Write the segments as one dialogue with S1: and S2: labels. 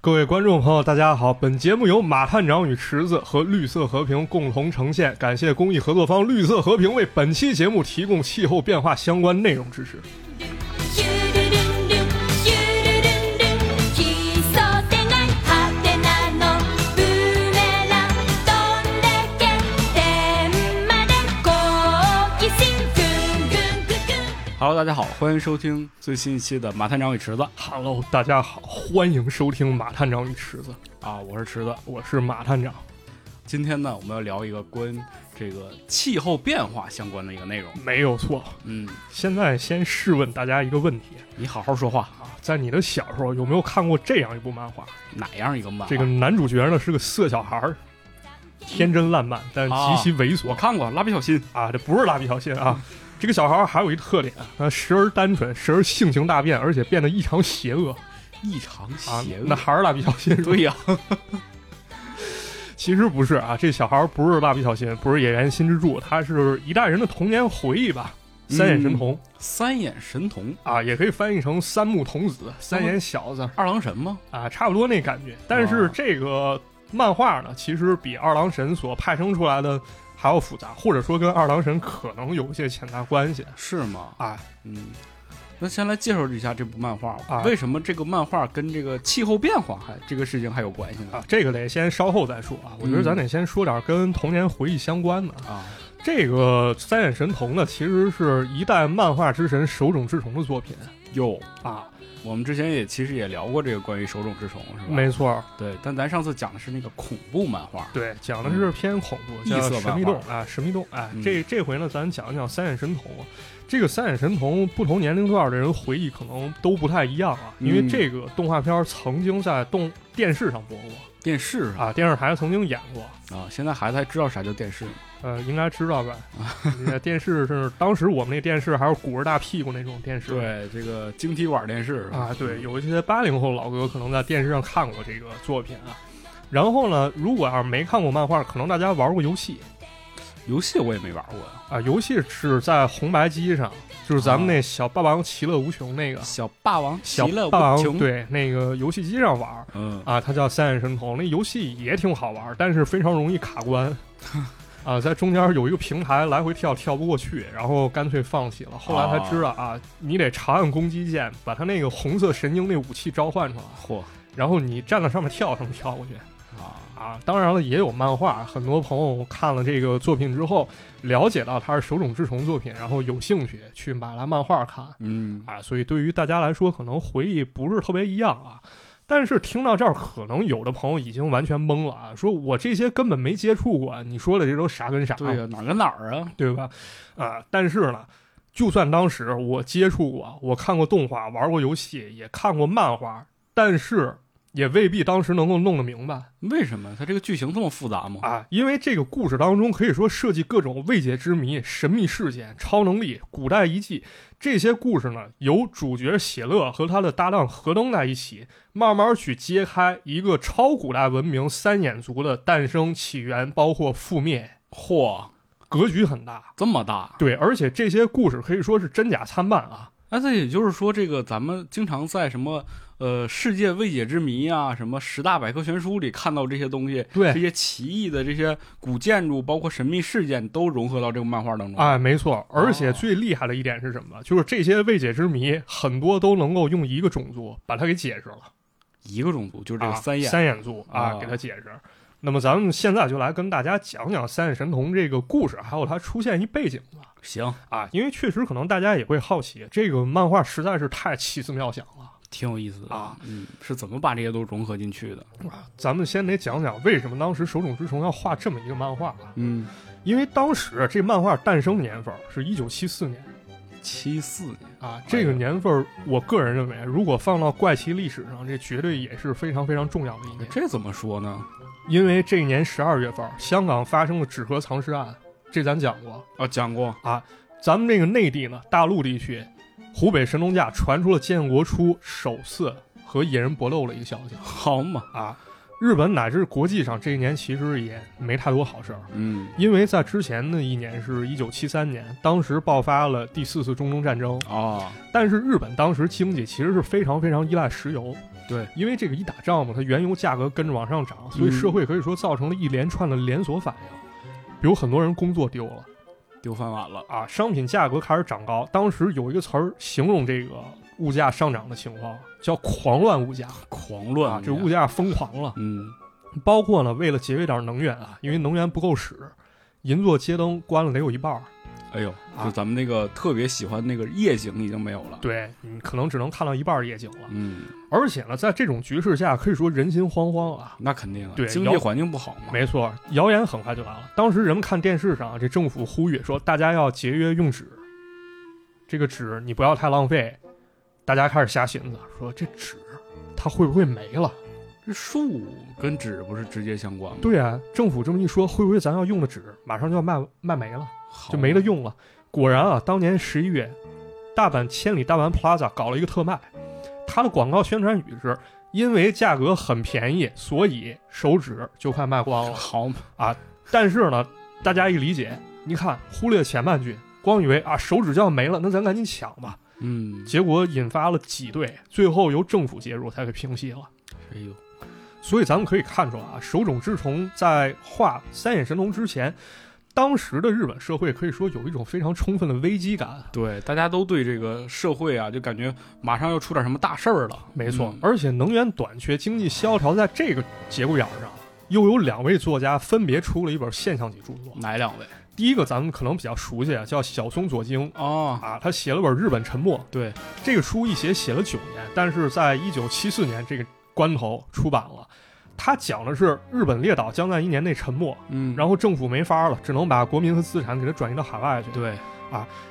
S1: 各位观众朋友，大家好！本节目由马探长与池子和绿色和平共同呈现，感谢公益合作方绿色和平为本期节目提供气候变化相关内容支持。
S2: Hello，大家好，欢迎收听最新一期的《马探长与池子》
S1: Hello，大家好，欢迎收听马探长与池子，
S2: 啊，我是池子。
S1: 我是马探长。
S2: 今天呢，我们要聊一个关于这个气候变化相关的一个内容。
S1: 没有错，
S2: 嗯，
S1: 现在先试问大家一个问题
S2: 你好好说话，
S1: 啊，在你的小时候有没有看过这样一部漫画？
S2: 哪样一个啊漫画？
S1: 这个男主角呢是个色小孩儿，天真烂漫，但极其猥琐
S2: 我看过《蜡笔小新》
S1: 啊这不是蜡笔小新啊。这个小孩儿还有一特点，他时而单纯，时而性情大变，而且变得异常邪恶
S2: 异常
S1: 啊
S2: 邪恶。。
S1: 那还是蜡笔小新是吧？
S2: 对呀、
S1: 其实不是啊，这小孩儿不是蜡笔小新，不是野原新之助，他是一代人的童年回忆吧。三眼神童、
S2: 三眼神童、
S1: 啊，也可以翻译成三木童子、三眼小子、
S2: 二郎神吗？
S1: 啊，差不多那感觉。但是
S2: 哦
S1: 这个漫画呢，其实比二郎神所派生出来的还要复杂，或者说跟二郎神可能有一些潜在关系
S2: 是吗？
S1: 啊。
S2: 嗯，那先来介绍一下这部漫画吧。
S1: 啊
S2: 为什么这个漫画跟这个气候变化还这个事情还有关系呢？
S1: 啊，这个得先稍后再说啊。我觉
S2: 嗯
S1: 得咱得先说点跟童年回忆相关的。
S2: 啊，
S1: 这个三眼神童呢，其实是一代漫画之神手冢治虫的作品
S2: 有。
S1: 啊，
S2: 我们之前也其实也聊过这个关于手冢治虫，是吧？
S1: 没错儿，
S2: 对，但咱上次讲的是那个恐怖漫画，
S1: 对，讲的是偏恐怖，
S2: 嗯
S1: 叫
S2: 异色漫画
S1: 神秘洞啊，神秘洞啊。
S2: 嗯
S1: 这这回呢，咱讲讲三眼神童。这个三眼神童，不同年龄段的人回忆可能都不太一样啊，因为
S2: 嗯
S1: 这个动画片曾经在动电视上播过
S2: 电视上
S1: 啊，电视台曾经演过，
S2: 啊，现在孩子还知道啥叫电视吗？
S1: 呃，应该知道吧？那电视是当时我们那电视还是鼓着大屁股那种电视，
S2: 对，这个晶体管电视
S1: 啊，对，，有一些八零后老哥可能在电视上看过这个作品啊。然后呢，如果要是没看过漫画，可能大家玩过游戏，
S2: 游戏我也没玩过呀。
S1: 啊，游戏是在红白机上，就是咱们那小霸王其乐无穷那个、
S2: 小霸王
S1: 小
S2: 极乐
S1: 霸
S2: 无
S1: 王
S2: 穷，，
S1: 对那个游戏机上玩儿
S2: 嗯，
S1: 啊，它叫三眼神童，那游戏也挺好玩儿，但是非常容易卡关。啊，在中间有一个平台来回跳，跳不过去，然后干脆放弃了。后来才知道啊，你得长按攻击键，把它那个红色神鹰那武器召唤出来，
S2: 嚯
S1: 然后你站在上面跳，上面跳过去。
S2: 啊，
S1: 啊，当然了，也有漫画。很多朋友看了这个作品之后，了解到它是手冢治虫作品，然后有兴趣去买来漫画看
S2: 嗯，
S1: 啊。所以对于大家来说，可能回忆不是特别一样啊。但是听到这儿，可能有的朋友已经完全懵了啊，说我这些根本没接触过，你说的这都啥跟啥，
S2: 对呀，哪儿跟哪儿啊？
S1: 对吧？啊，但是呢，就算当时我接触过，我看过动画，玩过游戏，也看过漫画，但是也未必当时能够弄得明白。
S2: 为什么它这个剧情这么复杂吗？
S1: 啊，因为这个故事当中可以说涉及各种未解之谜、神秘事件、超能力、古代遗迹这些故事呢，由主角喜乐和他的搭档合登在一起，慢慢去揭开一个超古代文明三眼族的诞生、起源，包括覆灭，
S2: 嚯，
S1: 格局很大。
S2: 这么大！
S1: 对，而且这些故事可以说是真假参半啊。
S2: 那这也就是说，这个咱们经常在什么呃世界未解之谜啊，什么十大百科全书里看到这些东西，
S1: 对
S2: 这些奇异的这些古建筑，包括神秘事件，都融合到这个漫画当中。
S1: 哎，没错，而且最厉害的一点是什么？就是这些未解之谜很多都能够用一个种族把它给解释了。
S2: 一个种族，就是这个
S1: 啊
S2: 三眼。
S1: 三眼族啊，
S2: 啊
S1: 给他解释。那么咱们现在就来跟大家讲讲三眼神童这个故事，还有它出现一背景吧。
S2: 行，
S1: 啊，因为确实可能大家也会好奇，这个漫画实在是太奇思妙想了
S2: 挺有意思的
S1: 啊。
S2: 嗯，是怎么把这些都融合进去的？
S1: 啊。咱们先得讲讲为什么当时手冢治虫要画这么一个漫画吧，
S2: 嗯，
S1: 因为当时啊这漫画诞生年份儿是一九七四年
S2: 七四年，
S1: 啊，这
S2: 哎
S1: 个年份儿我个人认为，如果放到怪奇历史上，这绝对也是非常非常重要的一年，
S2: 这怎么说呢？
S1: 因为这一年十二月份儿，香港发生了纸盒藏尸案，这咱讲过。
S2: 啊，讲过，
S1: 咱们这个内地呢，大陆地区，湖北神农架传出了建国初首次和野人搏斗的一个消息
S2: 好嘛，
S1: 啊。日本乃至国际上这一年其实也没太多好事儿，
S2: 嗯，
S1: 因为在之前的一年是一九七三年，当时爆发了第四次中东战争，
S2: 啊，
S1: 但是日本当时经济其实是非常非常依赖石油，
S2: 对，
S1: 因为这个一打仗嘛，它原油价格跟着往上涨，所以
S2: 嗯
S1: 社会可以说造成了一连串的连锁反应，比如很多人工作丢了
S2: 丢饭碗了。
S1: 啊，商品价格开始涨高。当时有一个词儿形容这个物价上涨的情况，叫“狂乱物价
S2: 狂”乱
S1: 啊，
S2: 啊
S1: 这物价疯狂了。
S2: 嗯，
S1: 包括呢，为了节约点能源啊，因为能源不够使，银座街灯关了得有一半儿。
S2: 哎呦，
S1: 啊
S2: 就咱们那个特别喜欢那个夜景已经没有了。
S1: 对，你可能只能看到一半儿夜景了。
S2: 嗯，
S1: 而且呢，在这种局势下，可以说人心惶惶啊。
S2: 那肯定啊，
S1: 对
S2: 经
S1: 要
S2: 济环境不好嘛。
S1: 没错，谣言很快就来了。当时人们看电视上啊，这政府呼吁说，大家要节约用纸，这个纸你不要太浪费。大家开始瞎寻思，说这纸它会不会没了？
S2: 这树跟纸不是直接相关吗？
S1: 对啊，政府这么一说，会不会咱要用的纸马上就要卖卖没了，
S2: 好
S1: 就没得。用了？果然啊，当年十一月，大阪千里大阪 Plaza 搞了一个特卖，它的广告宣传语是。因为价格很便宜，所以手纸就快卖光了。
S2: 好嘛，
S1: 但是呢，大家一理解，你看忽略前半句，光以为啊手指就要没了，那咱赶紧抢吧。
S2: 嗯，
S1: 结果引发了挤兑，最后由政府介入才给平息了。
S2: 哎呦，
S1: 所以咱们可以看出来啊，手冢治虫在画三眼神童之前，当时的日本社会可以说有一种非常充分的危机感。
S2: 对，大家都对这个社会啊，就感觉马上要出点什么大事儿了。
S1: 没错，
S2: 嗯
S1: 而且能源短缺、经济萧条，在这个节骨眼儿上，又有两位作家分别出了一本现象级著作。
S2: 哪嗯两位？
S1: 第一个咱们可能比较熟悉啊，叫小松左京
S2: 哦，
S1: 啊，他写了本《日本沉没》，
S2: 对，
S1: 这个书一写写了九年，但是在一九七四年这个关头出版了。它讲的是日本列岛将在一年内沉没，
S2: 嗯，
S1: 然后政府没法了，只能把国民和资产给它转移到海外去。
S2: 对，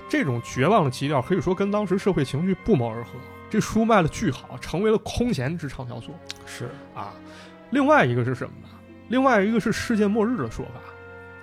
S1: 这种绝望的基调可以说跟当时社会情绪不谋而合。这书卖的巨好，成为了空前之畅销书
S2: 是
S1: 啊。另外一个是什么呢？另外一个是世界末日的说法。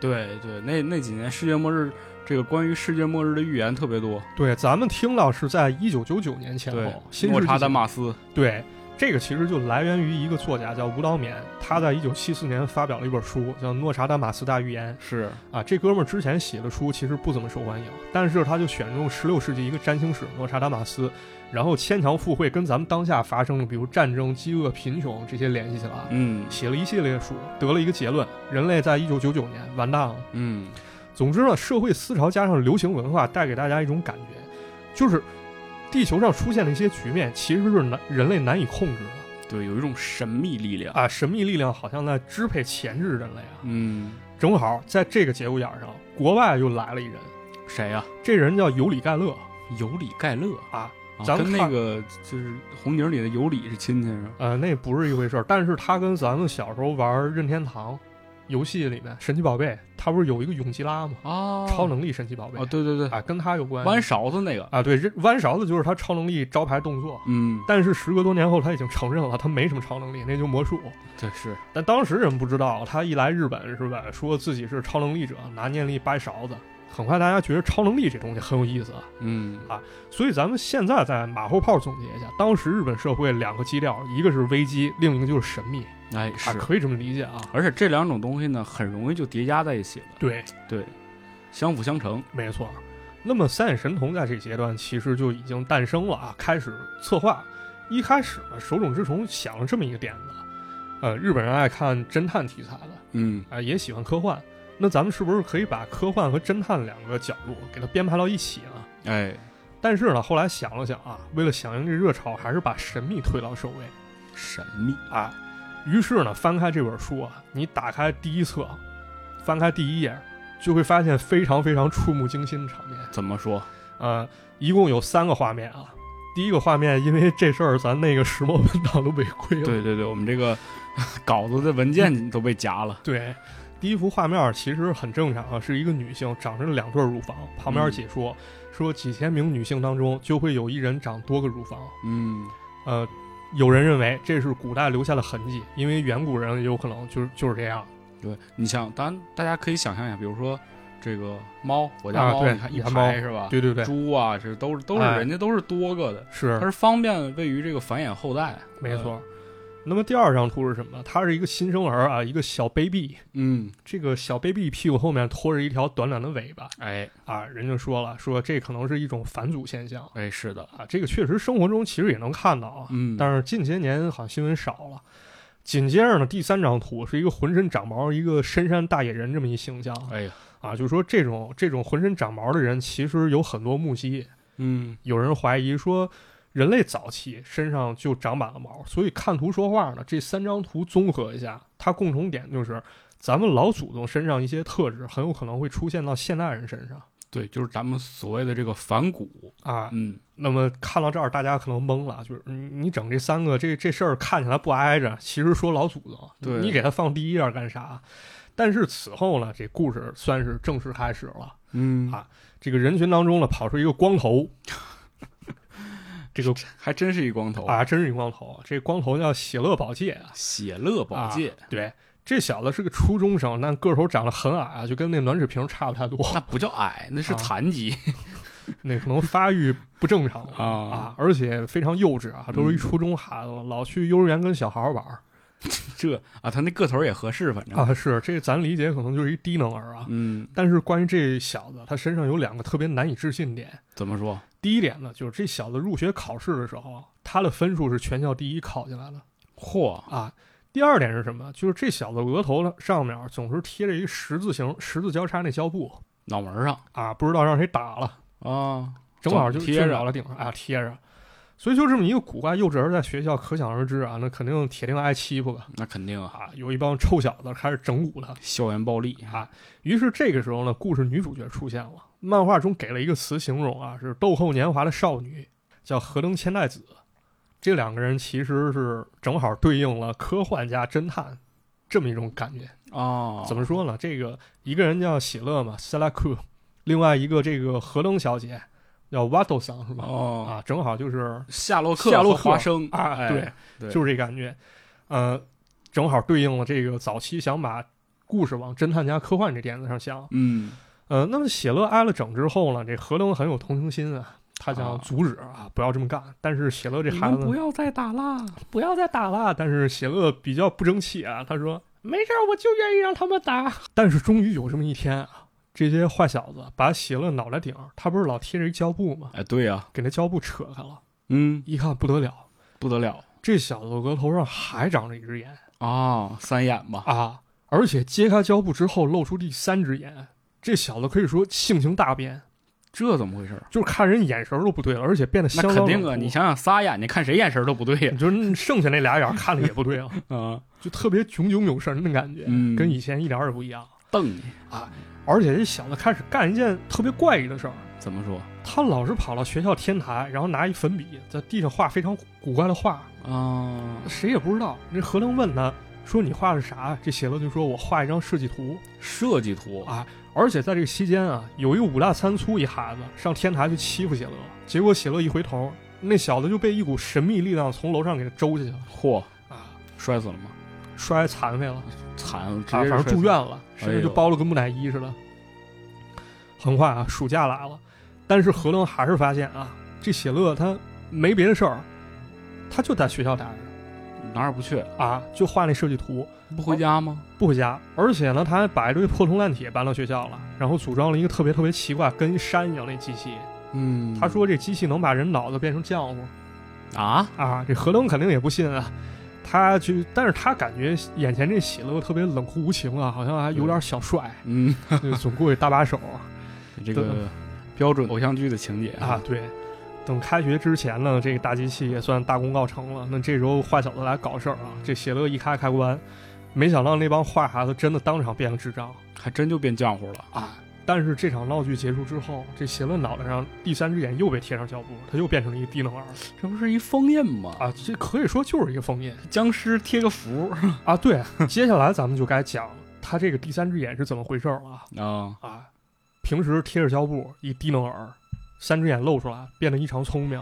S2: 对对，那那几年世界末日，这个关于世界末日的预言特别多。
S1: 对，咱们听到是在一九九九年前
S2: 对
S1: 后，新
S2: 莫
S1: 世纪
S2: 查丹马斯，
S1: 对，这个其实就来源于一个作家叫吴导勉，他在一九七四年发表了一本书叫《诺查丹马斯大预言
S2: 是》
S1: 啊。这哥们儿之前写的书其实不怎么受欢迎，但是他就选中十六世纪一个占星使诺查丹马斯，然后牵强附会，跟咱们当下发生的比如战争、饥饿、贫穷这些联系起来，
S2: 嗯
S1: 写了一系列书，得了一个结论：人类在一九九九年完蛋了。
S2: 嗯，
S1: 总之呢，社会思潮加上流行文化带给大家一种感觉，就是地球上出现的一些局面其实是难人类难以控制的。
S2: 对，有一种神秘力量。
S1: 啊，神秘力量好像在支配钳制人类啊。
S2: 嗯，
S1: 正好在这个节骨眼儿上，国外又来了一人，
S2: 谁呀、
S1: 这人叫尤里·盖勒
S2: 尤里盖勒。
S1: 啊。
S2: 啊
S1: 咱们
S2: 跟那
S1: 看
S2: 个就是红警里的尤里是亲戚是吧？
S1: 呃，那不是一回事儿，但是他跟咱们小时候玩任天堂游戏里面神奇宝贝，他不是有一个永吉拉吗？
S2: 啊
S1: 超能力神奇宝贝
S2: 哦，对对对，
S1: 啊，跟他有关系
S2: 弯勺子那个，
S1: 啊。对，这弯勺子就是他超能力招牌动作。
S2: 嗯，
S1: 但是时隔多年后，他已经承认了他没什么超能力，那就魔术。
S2: 对是，
S1: 但当时人不知道，他一来日本是吧，说自己是超能力者，拿念力掰勺子。很快大家觉得超能力这东西很有意思，啊。
S2: 嗯
S1: 所以咱们现在再马后炮总结一下，当时日本社会两个基调，一个是危机，另一个就是神秘，
S2: 哎
S1: 啊，
S2: 是，
S1: 可以这么理解啊。
S2: 而且这两种东西呢，很容易就叠加在一起了，
S1: 对，
S2: 对，相辅相成，
S1: 没错。那么三眼神童在这阶段其实就已经诞生了啊，开始策划。一开始呢，手冢治虫想了这么一个点子，呃，日本人爱看侦探题材的，
S2: 嗯，
S1: 啊，也喜欢科幻。那咱们是不是可以把科幻和侦探两个角度给它编排到一起呢？
S2: 哎
S1: 但是呢，后来想了想啊，为了响应这热潮，还是把神秘推到首位
S2: 神秘，
S1: 啊。于是呢，翻开这本书啊，你打开第一册，翻开第一页，就会发现非常非常触目惊心的场面。
S2: 怎么说？
S1: 呃，一共有三个画面啊。第一个画面，因为这事儿咱那个石墨文 档都被亏了，
S2: 对对对，我们这个 稿子的文件都被夹了，
S1: 对，第一幅画面其实很正常啊，是一个女性长着两对乳房，旁边
S2: 嗯
S1: 解说、说几千名女性当中就会有一人长多个乳房。
S2: 嗯，
S1: 呃，有人认为这是古代留下的痕迹，因为远古人有可能就是就是这样。
S2: 对，你想，当然大家可以想象一下，比如说这个猫，我家
S1: 啊
S2: 猫，
S1: 对
S2: 你看
S1: 你
S2: 一
S1: 看猫
S2: 排是吧？
S1: 对对对，
S2: 猪啊，这都是都是
S1: 哎
S2: 人家都是多个的，它
S1: 是
S2: 是方便位于这个繁衍后代，呃
S1: 没错。那么第二张图是什么？他是一个新生儿啊，一个小 baby，
S2: 嗯，
S1: 这个小 baby 屁股后面拖着一条短短的尾巴
S2: 哎
S1: 啊，人就说了，说这可能是一种返祖现象
S2: 哎，是的，
S1: 啊，这个确实生活中其实也能看到啊，
S2: 嗯，
S1: 但是近些年好像新闻少了。紧接着呢，第三张图是一个浑身长毛、一个深山大野人这么一形象
S2: 哎呀，
S1: 啊，就说这种这种浑身长毛的人，其实有很多目击，
S2: 嗯，
S1: 有人怀疑说，人类早期身上就长满了毛，所以看图说话呢，这三张图综合一下，它共同点就是咱们老祖宗身上一些特质很有可能会出现到现代人身上
S2: 对，就是咱们所谓的这个反骨，
S1: 啊。
S2: 嗯，
S1: 那么看到这儿，大家可能懵了，就是你你整这三个这这事儿看起来不挨着，其实说老祖宗，
S2: 对
S1: 你给他放第一页干啥？但是此后呢，这故事算是正式开始了。
S2: 嗯
S1: 啊这个人群当中呢，跑出一个光头，这个
S2: 还真是一光头，
S1: 啊，真是一光头。这光头叫喜乐宝戒啊，
S2: 血乐宝剑，
S1: 对，这小子是个初中生，但个头长得很矮啊，就跟那暖水瓶差不太多，
S2: 那不叫矮，那是
S1: 啊
S2: 残疾
S1: 那可能发育不正常
S2: 啊
S1: 啊，而且非常幼稚啊，都是一
S2: 嗯
S1: 初中孩子了，老去幼儿园跟小孩玩儿
S2: 这啊，他那个头也合适，反正，
S1: 啊。是，这咱理解可能就是一低能儿啊。
S2: 嗯，
S1: 但是关于这小子，他身上有两个特别难以置信点。
S2: 怎么说？
S1: 第一点呢，就是这小子入学考试的时候，他的分数是全校第一考进来的。
S2: 嚯，
S1: 啊。第二点是什么？就是这小子额头呢上面总是贴着一个十字形十字交叉那胶布
S2: 脑门儿上
S1: 啊，不知道让谁打了，
S2: 啊，
S1: 正好就
S2: 总贴着
S1: 正好了顶上啊，贴着。所以就这么一个古怪幼稚儿，在学校可想而知啊，那肯定铁定挨欺负了
S2: 那肯定啊，
S1: 啊。有一帮臭小子开始整蛊他。
S2: 校园暴力
S1: 啊于是这个时候呢，故事女主角出现了。漫画中给了一个词形容啊，是豆蔻年华的少女，叫河登千代子。这两个人其实是正好对应了科幻加侦探这么一种感觉。
S2: 啊，
S1: 怎么说呢？这个一个人叫喜乐嘛，塞拉库，另外一个这个河登小姐叫瓦斗桑是吧？
S2: 哦，
S1: 啊，正好就是
S2: 夏洛克
S1: 夏洛
S2: 和
S1: 克
S2: 华生
S1: 啊，
S2: 哎
S1: 对，
S2: 对
S1: 就是这感觉，呃，正好对应了这个早期想把故事往侦探加科幻这点子上想。
S2: 嗯，
S1: 呃，那么喜乐挨了整之后呢，这河登很有同情心啊，他想
S2: 啊
S1: 阻止啊，不要这么干。但是喜乐这
S2: 你
S1: 孩
S2: 们
S1: 子
S2: 不要再打啦，
S1: 不要再打了。但是喜乐比较不争气啊，他说没事儿，我就愿意让他们打。 但是终于有这么一天啊，这些坏小子把喜乐脑袋顶儿，他不是老贴着一胶布吗？
S2: 哎，对呀、
S1: 给那胶布扯开了，
S2: 嗯，
S1: 一看不得了，
S2: 不得了
S1: 这小子额头上还长着一只眼
S2: 啊，三眼吧，
S1: 啊，而且揭开胶布之后露出第三只眼。这小子可以说性情大变，
S2: 这怎么回事儿？
S1: 就是看人眼神儿都不对了，而且变得相
S2: 那
S1: 当
S2: 肯定
S1: 冷
S2: 啊，
S1: 酷
S2: 你想想仨眼睛看谁眼神都不对呀、
S1: 就是剩下那俩眼儿看着也不对 啊，
S2: 啊，
S1: 就特别炯炯有神的感觉，
S2: 嗯
S1: 跟以前一点儿也不一样。
S2: 瞪你，
S1: 而且这小子开始干一件特别怪异的事儿，
S2: 怎么说
S1: 他老是跑到学校天台，然后拿一粉笔在地上画非常古怪的画，
S2: 啊？
S1: 谁也不知道。那何登问他说：“你画的啥呀？”这邪乐就说：“我画一张设计图。
S2: 设计图
S1: 啊”而且在这个期间啊，有一个五大三粗一孩子上天台去欺负邪乐，结果邪乐一回头，那小子就被一股神秘力量从楼上给他周下去了
S2: 嚯，
S1: 啊，
S2: 摔死了吗？
S1: 摔残废了。
S2: 惨了，直
S1: 啊，
S2: 接
S1: 反
S2: 就
S1: 正
S2: 摔
S1: 住
S2: 死
S1: 院
S2: 了。
S1: 了，甚至
S2: 哎
S1: 就
S2: 呦
S1: 包了跟木乃伊似的。很快啊，暑假来了，但是何登还是发现啊，这喜乐他没别的事儿，他就在学校待着
S2: 哪儿也不去，
S1: 啊，就画那设计图，
S2: 不回家吗？
S1: 不回家，而且呢，他还把一堆破铜烂铁搬到学校了，然后组装了一个特别特别奇怪，跟一山一样那机器。
S2: 嗯，
S1: 他说这机器能把人脑子变成浆糊
S2: 啊，
S1: 啊，这何登肯定也不信啊。他去，但是他感觉眼前这喜乐特别冷酷无情啊，好像还有点小帅，
S2: 嗯，
S1: 就总过去搭把手。
S2: 这个标准偶像剧的情节
S1: 啊，，对。等开学之前呢，这个大机器也算大功告成了。那这时候坏小子来搞事儿啊，这邪乐一开开关，没想到那帮坏孩子真的当场变了智障
S2: 还真就变浆糊了。
S1: 啊！但是这场闹剧结束之后，这邪乐脑袋上第三只眼又被贴上胶布，他又变成了一个低能儿
S2: 这不是一封印吗？
S1: 啊！这可以说就是一个封印
S2: 僵尸贴个符
S1: 啊！对，接下来咱们就该讲他这个第三只眼是怎么回事儿了
S2: 啊，
S1: 啊！平时贴着胶布，一低能儿，三只眼露出来，变得异常聪明。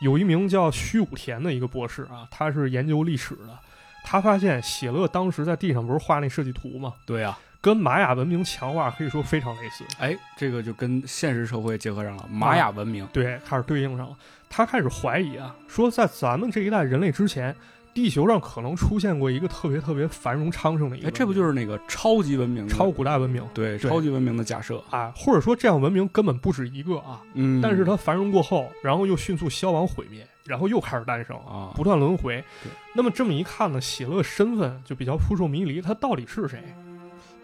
S1: 有一名叫虚武田的一个博士啊，他是研究历史的，他发现喜乐当时在地上不是画那设计图吗？
S2: 对呀，
S1: 跟玛雅文明强化可以说非常类似。
S2: 哎，这个就跟现实社会结合上了，玛雅文明
S1: 啊对，开始对应上了。他开始怀疑啊，说在咱们这一代人类之前，地球上可能出现过一个特别特别繁荣昌盛的一个
S2: 哎，
S1: 文明，
S2: 这不就是那个超级文明的
S1: 超古代文明
S2: 对
S1: 对
S2: 超级文明的假设？
S1: 啊？或者说这样文明根本不止一个啊？
S2: 嗯，
S1: 但是它繁荣过后，然后又迅速消亡毁灭，然后又开始诞生，
S2: 啊，
S1: 不断轮回
S2: 对。
S1: 那么这么一看呢，喜乐身份就比较扑朔迷离，他到底是谁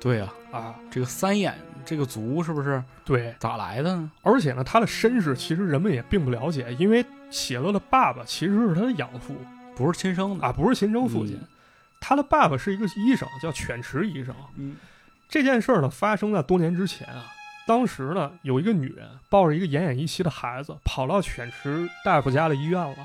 S2: 对呀，
S1: 啊？
S2: 这个三眼这个族是不是
S1: 对，
S2: 咋来的呢？
S1: 而且呢，他的身世其实人们也并不了解，因为喜乐的爸爸其实是他的养父
S2: 不是亲生的，
S1: 啊，不是亲生父亲。他的爸爸是一个医生，叫犬池医生。
S2: 嗯，
S1: 这件事儿呢，发生在多年之前啊。当时呢，有一个女人抱着一个奄奄一息的孩子，跑到犬池大夫家的医院了。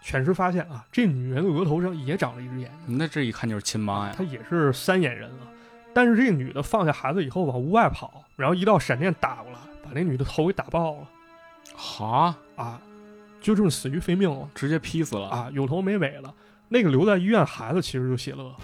S1: 犬池发现啊，这女人额头上也长了一只眼睛，
S2: 那这一看就是亲妈呀，
S1: 她也是三眼人啊。但是这个女的放下孩子以后往屋外跑，然后一道闪电打过来，把那女的头给打爆了
S2: 哈，
S1: 啊，就这么死于非命了
S2: 直接劈死了
S1: 啊，有头没尾了。那个留在医院孩子其实就喜乐了，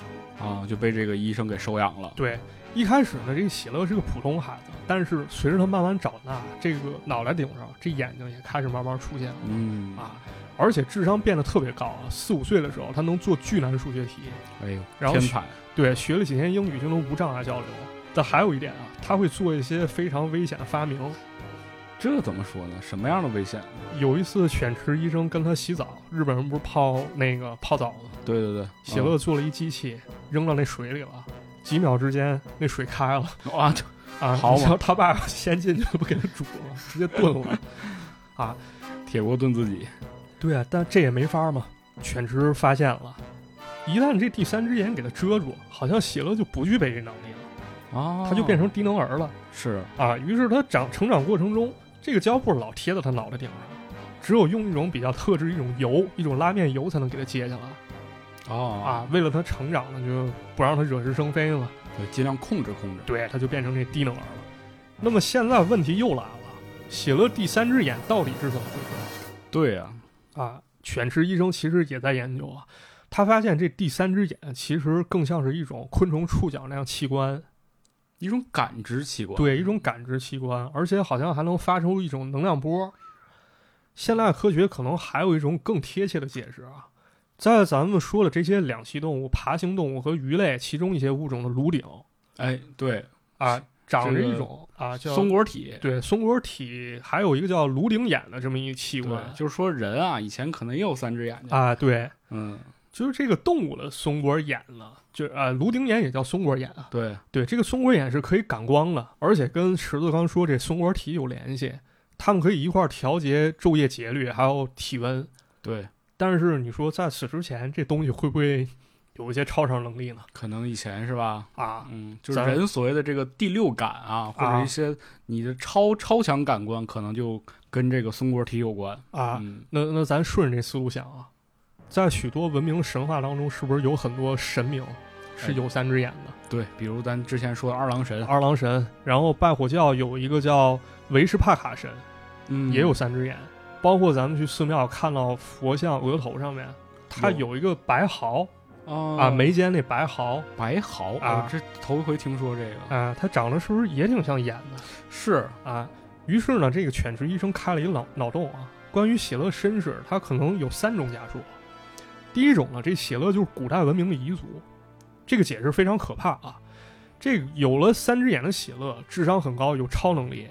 S2: 啊，就被这个医生给收养了。
S1: 对，一开始呢，这个喜乐是个普通孩子，但是随着他慢慢长大，这个脑袋顶上这眼睛也开始慢慢出现了
S2: 嗯，
S1: 啊，而且智商变得特别高啊，四五岁的时候他能做巨难数学题，
S2: 哎呦，
S1: 然后
S2: 天
S1: 学
S2: 才，
S1: 对，学了几年英语就能无障碍交流。但还有一点啊，他会做一些非常危险的发明。
S2: 这怎么说呢？什么样的危险？
S1: 有一次，犬池医生跟他洗澡，日本人不是泡那个泡澡吗？
S2: 对对对，
S1: 喜乐做了一机器，扔到那水里了，几秒之间那水开了。
S2: 嗯啊，这
S1: 啊，
S2: 好
S1: 你
S2: 嘛
S1: 知道他爸先进去不给他煮了，直接炖了。
S2: 铁锅炖自己，
S1: 对啊，但这也没法嘛。犬只发现了，一旦这第三只眼给他遮住，好像喜乐就不具备这能力了，
S2: 啊，
S1: 他就变成低能儿了
S2: 是
S1: 啊。于是他长成长过程中，这个胶布老贴在他脑袋顶上，只有用一种比较特制一种油，一种拉面油才能给他接下来
S2: 啊
S1: 啊。为了他成长呢，就不让他惹是生非了。
S2: 对，尽量控制控制。
S1: 对，他就变成这低能儿了。那么现在问题又来了，喜乐第三只眼到底是怎么回事？
S2: 对呀、
S1: 啊，犬只医生其实也在研究啊。他发现这第三只眼其实更像是一种昆虫触角那样器官，
S2: 一种感知器官。
S1: 对，一种感知器官，而且好像还能发出一种能量波。现代科学可能还有一种更贴切的解释啊，在咱们说的这些两栖动物、爬行动物和鱼类其中一些物种的颅顶
S2: 哎，对，
S1: 啊，长着
S2: 这
S1: 一
S2: 个
S1: 种啊叫
S2: 松果体。
S1: 对松果体，还有一个叫颅顶眼的这么一器
S2: 对，
S1: 官
S2: 就是说人啊，以前可能也有三只眼睛。
S1: 啊，对，
S2: 嗯，
S1: 就是这个动物的松果眼呢，就是呃，颅顶眼也叫松果眼啊。
S2: 对，
S1: 对，这个松果眼是可以感光的，而且跟池子刚说这松果体有联系，它们可以一块儿调节昼夜节律，还有体温。
S2: 对，
S1: 但是你说在此之前，这东西会不会有一些超常能力呢？
S2: 可能以前是吧？
S1: 啊，
S2: 嗯，就是
S1: 咱
S2: 人所谓的这个第六感啊，或者
S1: 啊
S2: 一些你的超超强感官，可能就跟这个松果体有关
S1: 啊，
S2: 嗯，
S1: 那那咱顺着这思路想啊，在许多文明神话当中，是不是有很多神明是
S2: 哎
S1: 有三只眼的？
S2: 对，比如咱之前说的二郎神，
S1: 二郎神，然后拜火教有一个叫维什帕卡神，
S2: 嗯，
S1: 也有三只眼，包括咱们去寺庙看到佛像额头上面，它
S2: 有
S1: 有一个白毫
S2: 啊
S1: 啊，眉间那白毫
S2: 白毫
S1: 啊
S2: 我这头一回听说这个，
S1: 啊，它长得是不是也挺像眼的
S2: 是
S1: 啊？于是呢，这个犬只医生开了一脑脑洞啊，关于喜乐身世，它可能有三种假说。第一种呢，这喜乐就是古代文明的彝族，这个解释非常可怕啊。这个有了三只眼的喜乐，智商很高，有超能力。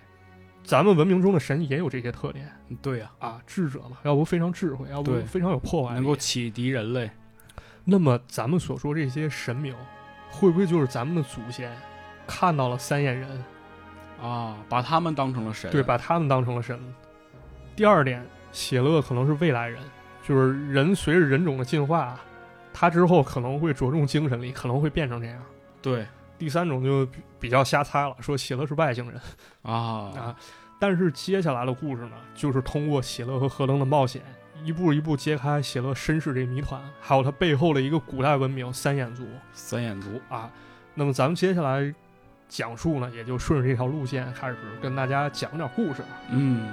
S1: 咱们文明中的神也有这些特点，
S2: 嗯对呀、
S1: 啊，智者嘛，要不非常智慧，要不
S2: 对
S1: 非常有破坏力
S2: 能够启迪人类，
S1: 那么咱们所说这些神明，会不会就是咱们的祖先看到了三眼人，
S2: 啊，把他们当成了神，
S1: 对，？把他们当成了神？第二点，喜乐可能是未来人，就是人随着人种的进化，他之后可能会着重精神力，可能会变成这样。
S2: 对
S1: 第三种就比比较瞎猜了，说喜乐是外星人
S2: 啊，
S1: 啊。但是接下来的故事呢，就是通过喜乐和何登的冒险，一步一步揭开喜乐身世这谜团，还有他背后的一个古代文明三眼族。
S2: 三眼族，
S1: 啊。那么咱们接下来讲述呢，也就顺着这条路线开始跟大家讲讲故事。
S2: 嗯，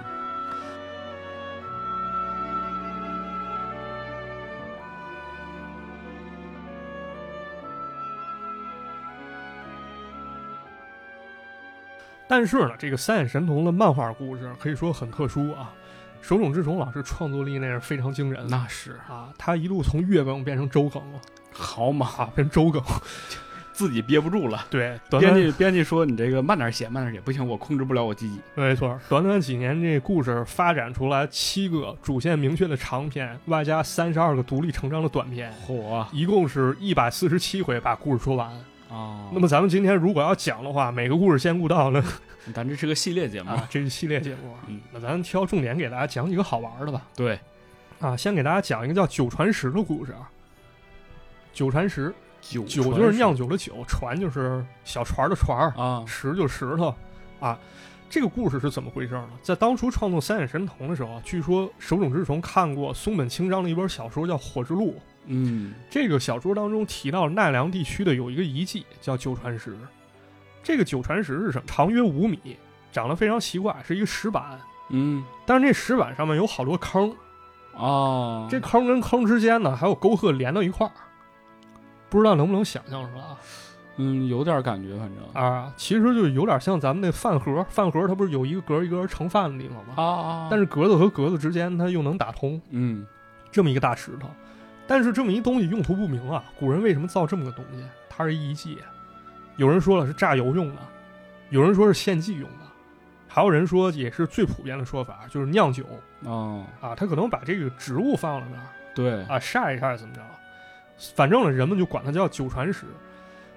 S1: 但是呢，这个三眼神童的漫画故事可以说很特殊啊。手冢治虫老师创作力那是非常惊人的
S2: 那是
S1: 啊，他一路从月梗变成周梗了
S2: 好嘛，
S1: 啊，变周梗，
S2: 自己憋不住了。
S1: 对，短
S2: 编
S1: 短
S2: 辑编辑说你这个慢点写，慢点写，不行，我控制不了我自己。
S1: 没错，短短几年这故事发展出来七个主线明确的长篇，外加三十二个独立成章的短篇。
S2: 嚯啊！
S1: 一共是一百四十七回把故事说完。那
S2: 那
S1: 么咱们今天如果要讲的话，每个故事先顾到呢
S2: 咱这是个系列节目，
S1: 啊，这是系列节目啊。
S2: 嗯
S1: 那咱挑重点给大家讲几个好玩的吧。
S2: 对，
S1: 啊，先给大家讲一个叫九传十的故事啊。九传十，
S2: 酒
S1: 九
S2: 传
S1: 就是
S2: 世
S1: 酿酒的酒，船就是小船的船儿，
S2: 啊，
S1: 石就是石头啊。这个故事是怎么回事呢？在当初创作《三眼神童》的时候，啊据说手冢治虫看过松本清张的一本小说叫《火之路》，
S2: 嗯，
S1: 这个小说当中提到奈良地区的有一个遗迹叫九船石，这个九船石是什么？长约五米，长得非常奇怪，是一个石板，
S2: 嗯
S1: 但是这石板上面有好多坑，
S2: 哦，
S1: 这坑跟坑之间呢还有沟壑连到一块儿，不知道能不能想象出来啊？
S2: 嗯有点感觉，反正啊
S1: 啊，其实就有点像咱们那饭盒，饭盒它不是有一个格一格盛饭的地方吗？
S2: 啊，
S1: 但
S2: 是
S1: 是格子和格子之间它又能打通，
S2: 嗯
S1: 这么一个大石头，但是这么一东西用途不明啊。古人为什么造这么个东西？它是一遗迹，有人说了是榨油用的，有人说是献祭用的，还有人说也是最普遍的说法就是酿酒
S2: 哦，
S1: 啊，他可能把这个植物放到那儿
S2: 对，
S1: 啊晒一晒怎么着，反正呢人们就管它叫九传石。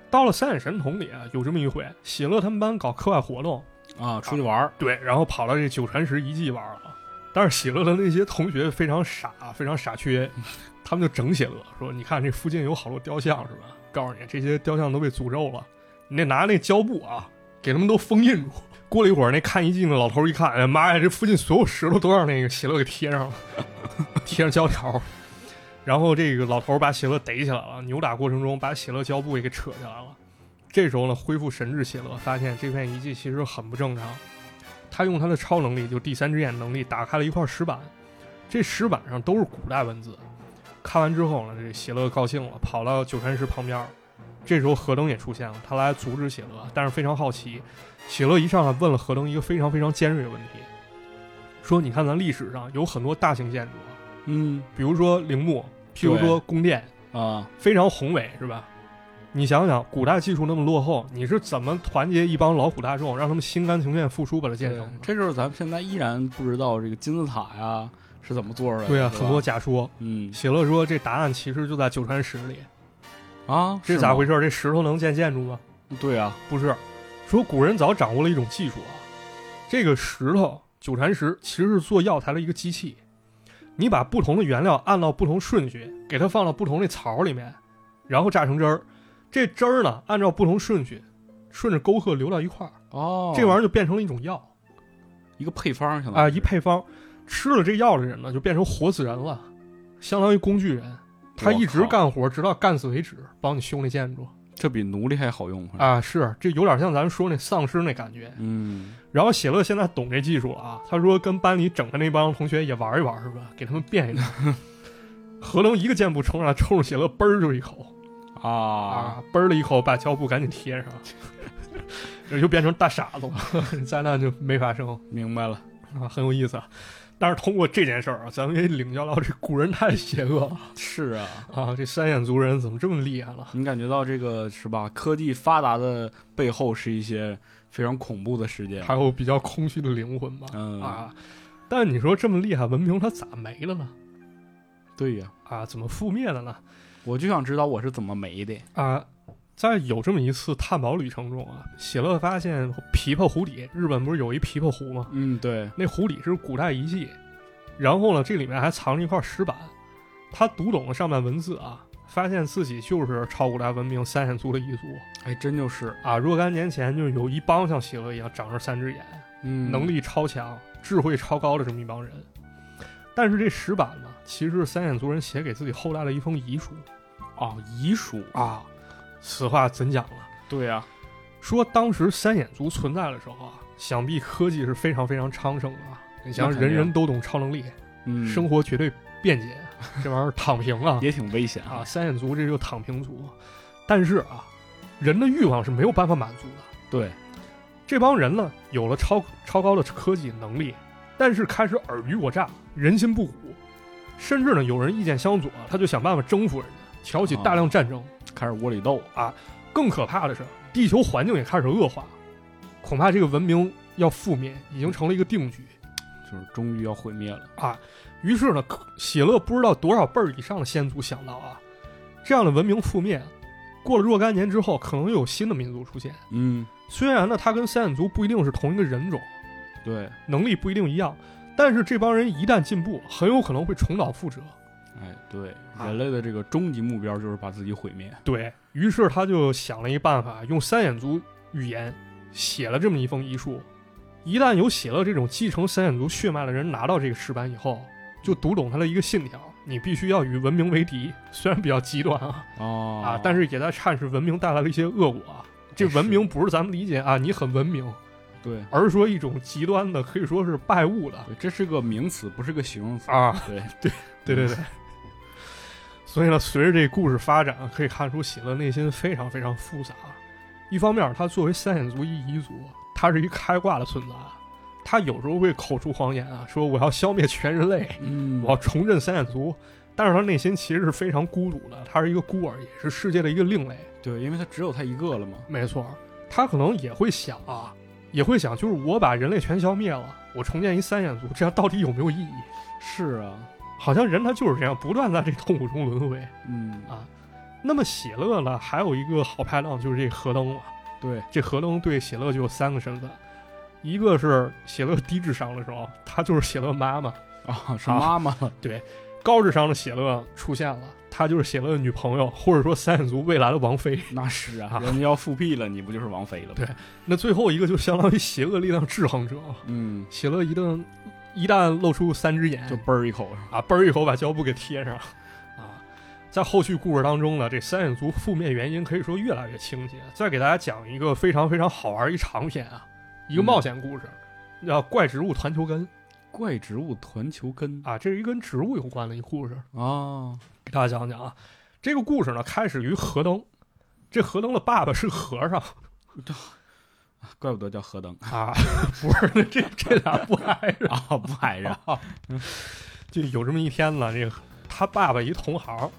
S1: 到了三眼神童里啊，有这么一回，喜乐他们班搞课外活动，
S2: 啊，出去玩儿，
S1: 对，然后跑到这九传石遗迹玩了。但是喜乐的那些同学非常傻，非常傻缺，他们就整喜乐说：“你看这附近有好多雕像是吧？告诉你，这些雕像都被诅咒了，你得拿那胶布啊，给他们都封印住。”过了一会儿，那看遗迹的老头一看，哎妈呀，这附近所有石头都让那个喜乐给贴上了， 贴上胶条。然后这个老头把喜乐逮起来了，扭打过程中把喜乐胶布也给扯下来了。这时候呢，恢复神智喜乐发现这片遗迹其实很不正常，他用他的超能力，就第三只眼能力，打开了一块石板，这石板上都是古代文字。看完之后呢，这喜乐高兴了，跑到九川石旁边儿。这时候何登也出现了，他来阻止喜乐，但是非常好奇，喜乐一上来问了何登一个非常非常尖锐的问题，说：“你看咱历史上有很多大型建筑，
S2: 嗯
S1: 比如说陵墓，譬如说宫殿，
S2: 啊，
S1: 非常宏伟，是吧？你想想，古代技术那么落后，你是怎么团结一帮劳苦大众，让他们心甘情愿付出把它建成的？
S2: 这就是咱们现在依然不知道这个金字塔呀是怎么做出来的，
S1: 对啊，
S2: 是吧
S1: 很多假说。
S2: 嗯
S1: 喜乐说这答案其实就在九川石里，
S2: 啊，
S1: 这
S2: 是
S1: 咋
S2: 吗
S1: 回？事？这石头能建建筑吗？
S2: 对啊，
S1: 不是，说古人早掌握了一种技术啊，这个石头九传石其实是做药材的一个机器，你把不同的原料按照不同顺序，给它放到不同的槽里面，然后榨成汁儿，这汁儿呢按照不同顺序，顺着沟壑流到一块儿，
S2: 哦，
S1: 这玩意
S2: 意
S1: 儿就变成了一种药
S2: 儿一个配方，相
S1: 啊、
S2: 当于
S1: 一配方，吃了这药的人呢就变成活死人了，相当于工具人。他一直
S2: 我靠
S1: 干活，直到干死为止，帮你修那建筑
S2: 这比奴隶还好用，反正
S1: 啊！是，这有点像咱们说那丧尸那感觉。
S2: 嗯，
S1: 然后喜乐现在懂这技术了啊，他说跟班里整的那帮同学也玩一玩，是吧？给他们变一 变。何龙一个箭步冲上来，冲着喜乐嘣儿就一口
S2: 啊，
S1: 啊，嘣儿了一口，把胶布赶紧贴上，这 就变成大傻子了，灾难就没发生
S2: 明白了，
S1: 啊，很有意思啊。但是通过这件事儿啊，咱们也领教到这古人太邪恶了
S2: 是啊，
S1: 啊，这三眼族人怎么这么厉害了？
S2: 你感觉到这个是吧？科技发达的背后是一些非常恐怖的事件，
S1: 还有比较空虚的灵魂吧
S2: 嗯，
S1: 啊。但你说这么厉害文明，它咋没了呢？
S2: 对呀，
S1: 啊，怎么覆灭的呢？
S2: 我就想知道我是怎么没的，
S1: 啊，在有这么一次探宝旅程中啊，喜乐发现琵琶湖底，日本不是有一琵琶湖吗？
S2: 嗯，对，
S1: 那湖底是古代遗迹，然后呢，这里面还藏着一块石板。他读懂了上面文字啊，发现自己就是超古代文明三眼族的一族
S2: 还哎真就是，
S1: 啊。若干年前，就有一帮像喜乐一样长着三只眼，
S2: 嗯，
S1: 能力超强、智慧超高的这么一帮人。但是这石板呢，其实是三眼族人写给自己后代的一封遗书
S2: 哦，遗书，
S1: 啊。此话怎讲了？
S2: 对啊呀，
S1: 说当时三眼族存在的时候啊，想必科技是非常非常昌盛的啊。你想，
S2: 那肯定
S1: 人人都懂超能力，
S2: 嗯，
S1: 生活绝对便 捷，这玩意儿躺平啊
S2: 也挺危险
S1: 啊！，三眼族这就躺平族，但是啊，人的欲望是没有办法满足的。
S2: 对，
S1: 这帮人呢，有了超超高的科技能力，但是开始尔虞我诈，人心不古，甚至呢有人意见相左，他就想办法征服人家，挑起大量战争。
S2: 开始窝里斗，
S1: 更可怕的是，地球环境也开始恶化，恐怕这个文明要覆灭，已经成了一个定局。
S2: 就是终于要毁灭了。
S1: 于是呢，可喜乐不知道多少辈儿以上的先祖想到啊，这样的文明覆灭，过了若干年之后，可能又有新的民族出现。
S2: 嗯，
S1: 虽然呢，他跟先眼族不一定是同一个人种，
S2: 对，
S1: 能力不一定一样，但是这帮人一旦进步，很有可能会重蹈覆辙。
S2: 哎，对，
S1: 啊
S2: 人类的这个终极目标就是把自己毁灭。
S1: 对于是，他就想了一办法，用三眼族语言写了这么一封遗书。一旦有写了这种继承三眼族血脉的人拿到这个石板以后，就读懂他的一个信条：你必须要与文明为敌。虽然比较极端啊，
S2: 哦
S1: 啊，但是也在阐释文明带来了一些恶果啊。这文明不是咱们理解啊，你很文明，
S2: 对
S1: 而是说一种极端的，可以说是拜物的
S2: 对，这是个名词，不是个形容词。
S1: 啊。
S2: 对，
S1: 对
S2: 嗯
S1: 对对。 所以呢，随着这故事发展，可以看出喜乐内心非常非常复杂。一方面，他作为三眼族一彝族，他是一开挂的存在，他有时候会口出狂言啊，说我要消灭全人类，
S2: 嗯
S1: 我要重振三眼族。但是他内心其实是非常孤独的，他是一个孤儿，也是世界的一个另类。
S2: 对，因为他只有他一个了嘛。
S1: 没错，他可能也会想啊，也会想，就是我把人类全消灭了，我重建一三眼族，这样到底有没有意义？
S2: 是啊，
S1: 好像人他就是这样，不断在这痛苦中轮回。
S2: 嗯
S1: 啊那么喜乐呢，还有一个好拍档就是这何登了。
S2: 对，
S1: 这何登对喜乐就有三个身份，一个是喜乐低智商的时候，她就是喜乐妈妈；
S2: 啊，是
S1: 啊
S2: 妈妈了。
S1: 高智商的喜乐出现了，她就是喜乐的女朋友，或者说三眼族未来的王妃。
S2: 那是啊
S1: 啊，
S2: 人家要复辟了，你不就是王妃了吗？
S1: 对那最后一个就相当于邪恶力量制衡者，
S2: 嗯，
S1: 喜乐一旦一旦露出三只眼，
S2: 就嘣儿一口。
S1: 啊，嘣儿一口把胶布给贴上啊。在后续故事当中呢，这三眼族覆灭原因可以说越来越清晰。啊再给大家讲一个非常非常好玩儿一长篇啊，一个
S2: 嗯
S1: 冒险故事，叫《怪植物团球根》
S2: 怪植物团球根
S1: 啊，这是一跟植物有关的一故事，
S2: 啊，
S1: 给大家讲讲啊。这个故事呢，开始于何登，这何登的爸爸是和尚
S2: 怪不得叫河灯
S1: 啊， 不是这这俩不挨着。
S2: 啊，不挨着。
S1: 就有这么一天呢，这个他爸爸一同行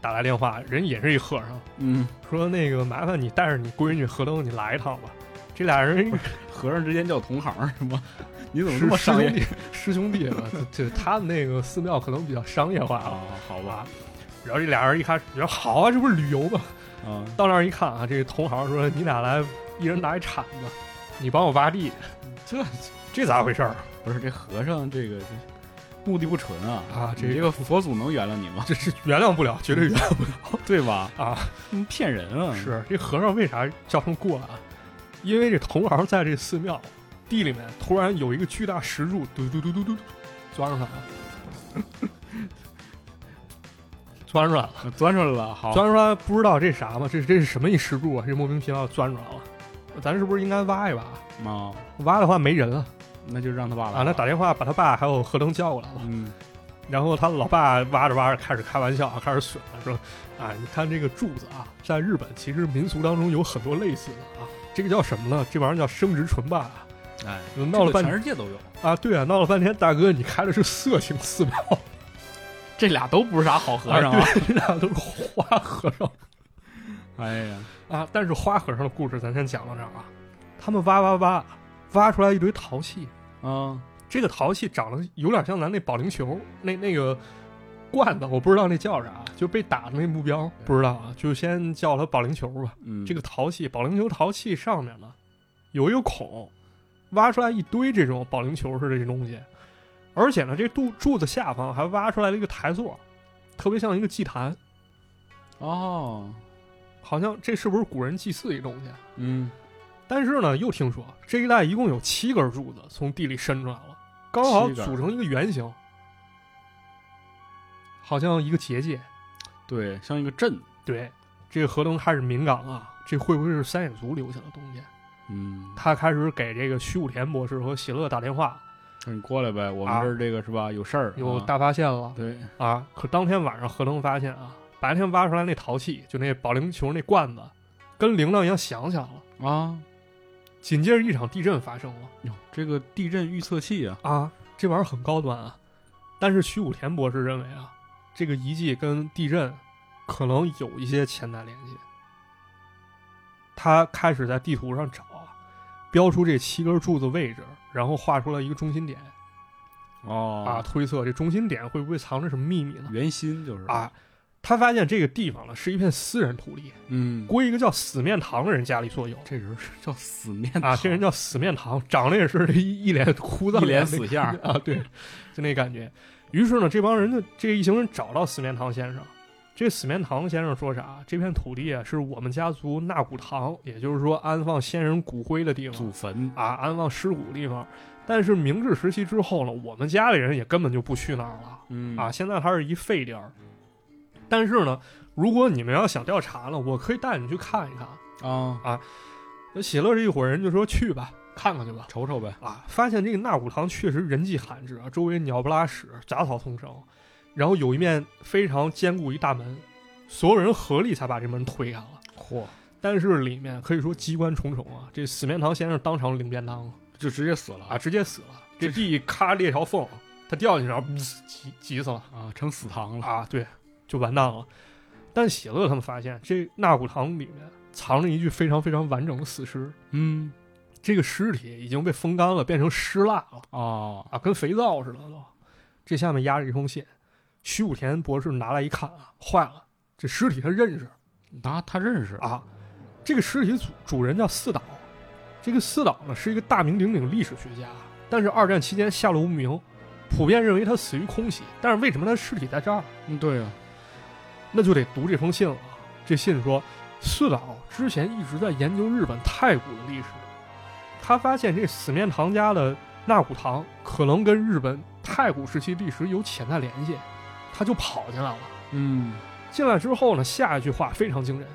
S1: 打来电话，人也是一和尚，
S2: 嗯，
S1: 说那个麻烦你带着你闺女何登你来一趟吧。这俩人
S2: 和尚之间叫同行是吗？ 你怎么这
S1: 是
S2: 么
S1: 师
S2: 商 业
S1: 兄弟，师兄弟吧，就就他们那个寺庙可能比较商业化
S2: 啊
S1: 啊。？
S2: 好吧，
S1: 然后这俩人一开始觉得好啊，这不是旅游吗？
S2: 啊，
S1: 到那儿一看啊，这同行说你俩来，一人拿一铲子，你帮我挖地，
S2: 这
S1: 这咋回事儿
S2: 不是这和尚这个目的不纯啊
S1: 啊？
S2: 你这
S1: 这
S2: 个佛祖能原谅你吗？
S1: 这是原谅不了，绝对原谅不了。
S2: 对吧？
S1: 啊，
S2: 你骗人啊！
S1: 是这和尚为啥叫他们过来啊？因为这同行在这寺庙地里面突然有一个巨大石柱，嘟嘟嘟嘟嘟，钻上来了，钻出来了，
S2: 钻出来了，好，
S1: 钻出来不知道这啥吗？这这是什么一石柱啊？这莫名其妙钻出来了，咱是不是应该挖一挖？
S2: 啊，
S1: 挖的话没人了
S2: 那就让他爸爸
S1: 啊！那打电话把他爸还有何登叫过来了。
S2: 嗯，
S1: 然后他老爸挖着挖着开始开玩笑啊， 开始损了，说啊，你看这个柱子啊，在日本其实民俗当中有很多类似的啊，这个叫什么呢？这玩意儿叫生殖唇瓣啊。
S2: 哎，
S1: 闹了
S2: 这个
S1: 半
S2: 全
S1: 天
S2: 世界都有，
S1: 啊，对啊，闹了半天，大哥，你开的是色情寺庙，
S2: 这俩都不是啥好和尚啊！
S1: 对， 这俩都是花和尚
S2: 哎呀，
S1: 啊。但是花和尚的故事咱先讲到这儿啊，他们挖挖挖，挖出来一堆陶器，
S2: 啊，
S1: 这个陶器长得有点像咱那保龄球那那个罐子，我不知道那叫啥，就被打的那目标不知道啊，就先叫它保龄球吧。
S2: 嗯，
S1: 这个陶器，保龄球陶器上面呢有一个孔，挖出来一堆这种保龄球似的这东西，而且呢，这柱柱子下方还挖出来了一个台座，特别像一个祭坛，
S2: 哦，
S1: 好像这是不是古人祭祀一东西？啊
S2: 嗯，
S1: 但是呢，又听说这一带一共有七根柱子从地里伸出来了，刚好
S2: 七根
S1: 组成一个圆形，好像一个结界。
S2: 对，像一个阵，
S1: 对，这个河东开始敏感了，这会不会是三眼族留下的东西？
S2: 嗯，
S1: 他开始给这个徐武田博士和喜乐打电话，
S2: 说你过来呗，我们
S1: 啊
S2: 这儿这个是吧？有事儿，
S1: 有
S2: 啊
S1: 大发现了
S2: 对，
S1: 啊！可当天晚上，何登发现啊，白天挖出来那陶器，就那保龄球那罐子，跟铃铛一样响响了。
S2: 啊，
S1: 紧接着一场地震发生了
S2: 哟，这个地震预测器啊，
S1: 啊！这玩意儿很高端啊。但是徐武田博士认为啊，这个遗迹跟地震可能有一些潜在联系。他开始在地图上找啊，标出这七根柱子位置，然后画出了一个中心点
S2: 哦
S1: 啊，推测这中心点会不会藏着什么秘密呢？
S2: 圆心就是，
S1: 啊，他发现这个地方呢是一片私人土地，
S2: 嗯，
S1: 归一个叫死面堂的人家里所有
S2: 这人是叫死面
S1: 啊。这人
S2: 叫
S1: 叫死面堂，长得也是一一脸枯燥，
S2: 一脸死相
S1: 啊，对，就那感觉。于是呢，这帮人就这一行人找到死面堂先生。这死面堂先生说啥？这片土地啊，是我们家族纳骨堂，也就是说安放先人骨灰的地方。
S2: 祖坟，
S1: 啊，安放尸骨的地方。但是明治时期之后呢，我们家里人也根本就不去那儿了
S2: 嗯
S1: 啊，，现在它是一废地儿。但是呢，如果你们要想调查呢，我可以带你去看一看。
S2: 啊，
S1: 那喜乐这一伙人就说去吧，看看去吧。
S2: 瞅瞅呗，
S1: 啊，发现这个纳古堂确实人迹罕至啊，周围鸟不拉屎，杂草丛生，然后有一面非常坚固一大门，所有人合力才把这门推开了。
S2: 嚯，
S1: 但是里面可以说机关重重啊，这死面堂先生当场领便当了。
S2: 就直接死了
S1: 啊，直接死了。这地咔裂条缝，他掉进去，然后噗急急死了
S2: 啊，成死堂了，
S1: 啊！对，就完蛋了。但喜乐他们发现，这纳骨堂里面藏着一具非常非常完整的死尸，
S2: 嗯，
S1: 这个尸体已经被风干了，变成尸蜡了
S2: 哦，
S1: 啊，跟肥皂似的都。这下面压着一封信，徐武田博士拿来一看啊，坏了，这尸体他认识
S2: 他他认识，
S1: 啊，这个尸体主主人叫四岛，这个四岛呢是一个大名鼎鼎历史学家，但是二战期间下落无名，普遍认为他死于空袭。但是为什么他尸体在这儿？
S2: 嗯，对啊，
S1: 那就得读这封信了。这信说，四岛之前一直在研究日本太古的历史，他发现这死面堂家的纳古堂可能跟日本太古时期历史有潜在联系，他就跑进来了。
S2: 嗯，
S1: 进来之后呢，下一句话非常惊人：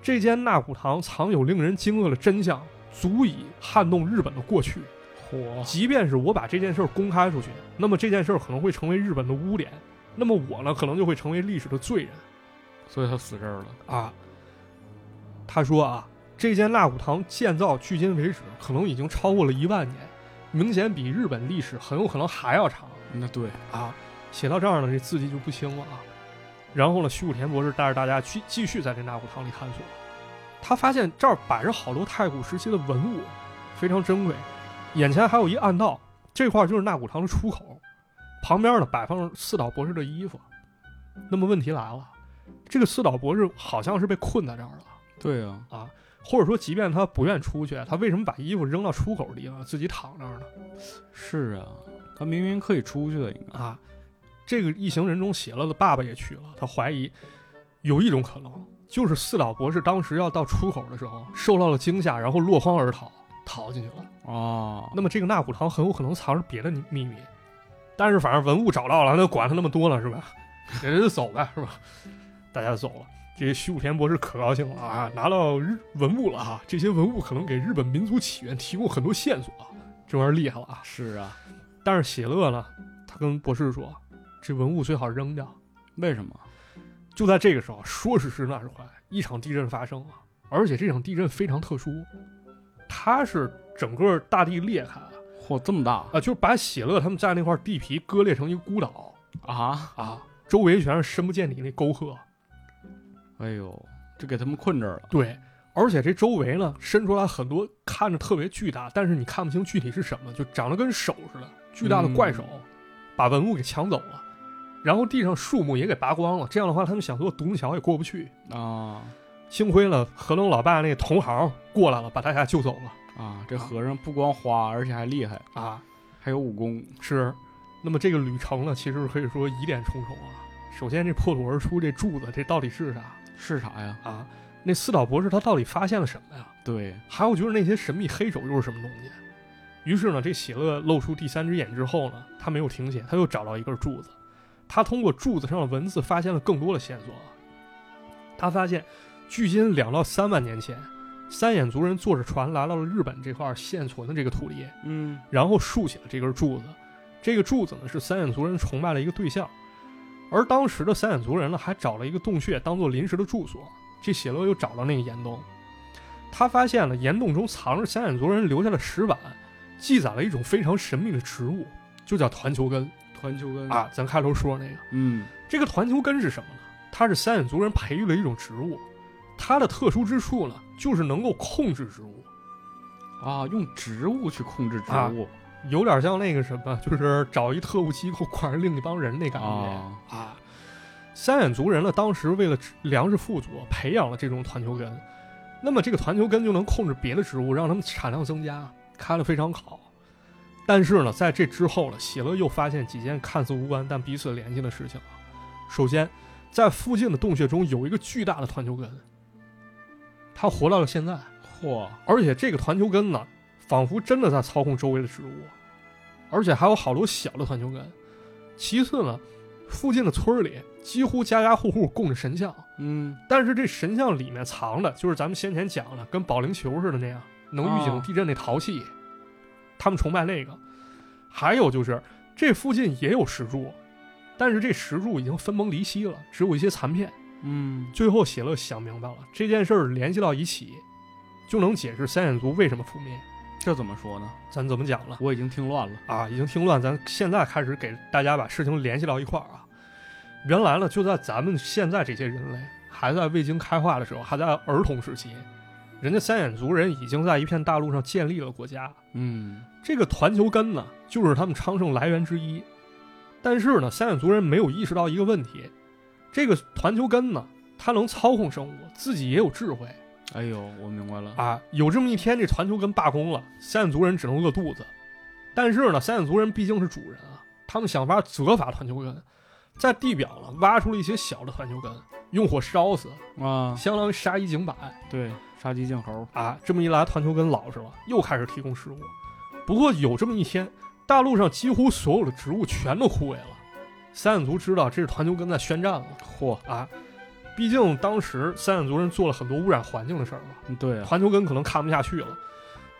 S1: 这间纳古堂藏有令人惊愕的真相，足以撼动日本的过去。
S2: 嚯，
S1: 即便是我把这件事儿公开出去，那么这件事儿可能会成为日本的污点，那么我呢，可能就会成为历史的罪人
S2: 所以他死这儿了，
S1: 啊。他说啊，这间纳古堂建造距今为止可能已经超过了一万年，明显比日本历史很有可能还要长。
S2: 那对，
S1: 啊，写到这儿呢，这字迹就不清了啊。然后呢，徐武田博士带着大家去继续在这纳古堂里探索。他发现这儿摆着好多太古时期的文物，非常珍贵。眼前还有一暗道，这块儿就是纳古堂的出口，旁边呢摆放着四岛博士的衣服。那么问题来了，这个四岛博士好像是被困在这儿了，
S2: 对啊，
S1: 或者说，即便他不愿出去，他为什么把衣服扔到出口的地方，自己躺那儿呢？
S2: 是啊，他明明可以出去的，应该，
S1: 啊，这个一行人中，喜乐的爸爸也去了。他怀疑有一种可能，就是四岛博士当时要到出口的时候受到了惊吓，然后落荒而逃，逃进去了。
S2: 哦，
S1: 那么这个纳古堂很有可能藏着别的秘密，但是反正文物找到了，那管他那么多了是吧？人就走呗是吧？大家就走了。这徐武田博士可高兴了啊，拿到日文物了啊！这些文物可能给日本民族起源提供很多线索啊，这玩意儿厉害了啊！
S2: 是啊，
S1: 但是喜乐呢，他跟博士说，这文物最好扔掉。
S2: 为什么？
S1: 就在这个时候，说时迟那时快，一场地震发生了，而且这场地震非常特殊，它是整个大地裂开了
S2: 嚯，这么大
S1: 啊，就是把喜乐他们在那块地皮割裂成一个孤岛
S2: 啊！
S1: 啊，周围全是深不见底那沟壑。
S2: 哎呦，这给他们困这儿了。
S1: 对，而且这周围呢伸出来很多看着特别巨大，但是你看不清具体是什么，就长得跟手似的巨大的怪手，把文物给抢走了，然后地上树木也给拔光了。这样的话，他们想做独木桥也过不去。
S2: 啊
S1: 幸亏了河东老爸那同行过来了，把大家救走了
S2: 啊！这和尚不光花，而且还厉害，
S1: 啊！
S2: 还有武功。
S1: 是，那么这个旅程呢，其实可以说疑点重重啊。首先，这破土而出这柱子，这到底是啥
S2: 是啥呀？
S1: 啊？那四岛博士他到底发现了什么呀？
S2: 对，
S1: 还有就是那些神秘黑手又是什么东西？于是呢，这喜乐露出第三只眼之后呢，他没有停歇，他又找到一根柱子。他通过柱子上的文字发现了更多的线索。啊他发现，距今两到三万年前，三眼族人坐着船来到了日本这块现存的这个土地，
S2: 嗯，
S1: 然后竖起了这根柱子。这个柱子呢，是三眼族人崇拜的一个对象。而当时的三眼族人呢，还找了一个洞穴当做临时的住所。这喜乐又找到那个岩洞，他发现了岩洞中藏着三眼族人留下的石板，记载了一种非常神秘的植物。就叫团球根
S2: 团球根，
S1: 啊。咱开头说那个，
S2: 嗯
S1: 这个团球根是什么呢？它是三眼族人培育的一种植物，它的特殊之处呢，就是能够控制植物，
S2: 啊，用植物去控制植
S1: 啊
S2: 物
S1: 有点像那个什么，就是找一特务机构管着另一帮人那感觉。
S2: 啊，
S1: 啊，三眼族人呢，当时为了吃粮食富足，培养了这种团球根。那么这个团球根就能控制别的植物，让它们产量增加，开得非常好。但是呢，在这之后呢，喜乐又发现几件看似无关但彼此联系的事情啊。首先，在附近的洞穴中有一个巨大的团球根，它活到了现在，
S2: 嚯，
S1: 而且这个团球根呢，仿佛真的在操控周围的植物，而且还有好多小的团球根。其次呢，附近的村儿里几乎家家户户供着神像，
S2: 嗯
S1: 但是这神像里面藏的就是咱们先前讲的跟保龄球似的那样能预警
S2: 哦
S1: 地震那陶器，他们崇拜那个。还有就是这附近也有石柱，但是这石柱已经分崩离析了，只有一些残片。
S2: 嗯
S1: 最后，喜乐想明白了这件事儿联系到一起，就能解释三眼族为什么覆灭。
S2: 这怎么说呢？
S1: 咱怎么讲了
S2: 我已经听乱了。
S1: 啊？已经听乱，咱现在开始给大家把事情联系到一块儿啊。原来呢，就在咱们现在这些人类还在未经开化的时候，还在儿童时期，人家三眼族人已经在一片大陆上建立了国家。
S2: 嗯
S1: 这个团球根呢，就是他们昌盛来源之一。但是呢，三眼族人没有意识到一个问题，这个团球根呢，它能操控生物，自己也有智慧。
S2: 哎呦，我明白了。
S1: 啊，有这么一天，这团球跟罢工了，三眼族人只能饿肚子。但是呢，三眼族人毕竟是主人啊，他们想法责罚团球根，在地表呢挖出了一些小的团球根，用火烧死，
S2: 啊，
S1: 相当于杀一儆百
S2: 对，杀鸡儆猴。
S1: 啊。这么一来，团球根老实了，又开始提供食物。不过有这么一天，大陆上几乎所有的植物全都枯萎了。三眼族知道这是团球根在宣战了
S2: 嚯，
S1: 啊，毕竟当时三眼族人做了很多污染环境的事儿嘛。
S2: 对啊，
S1: 环球根可能看不下去了。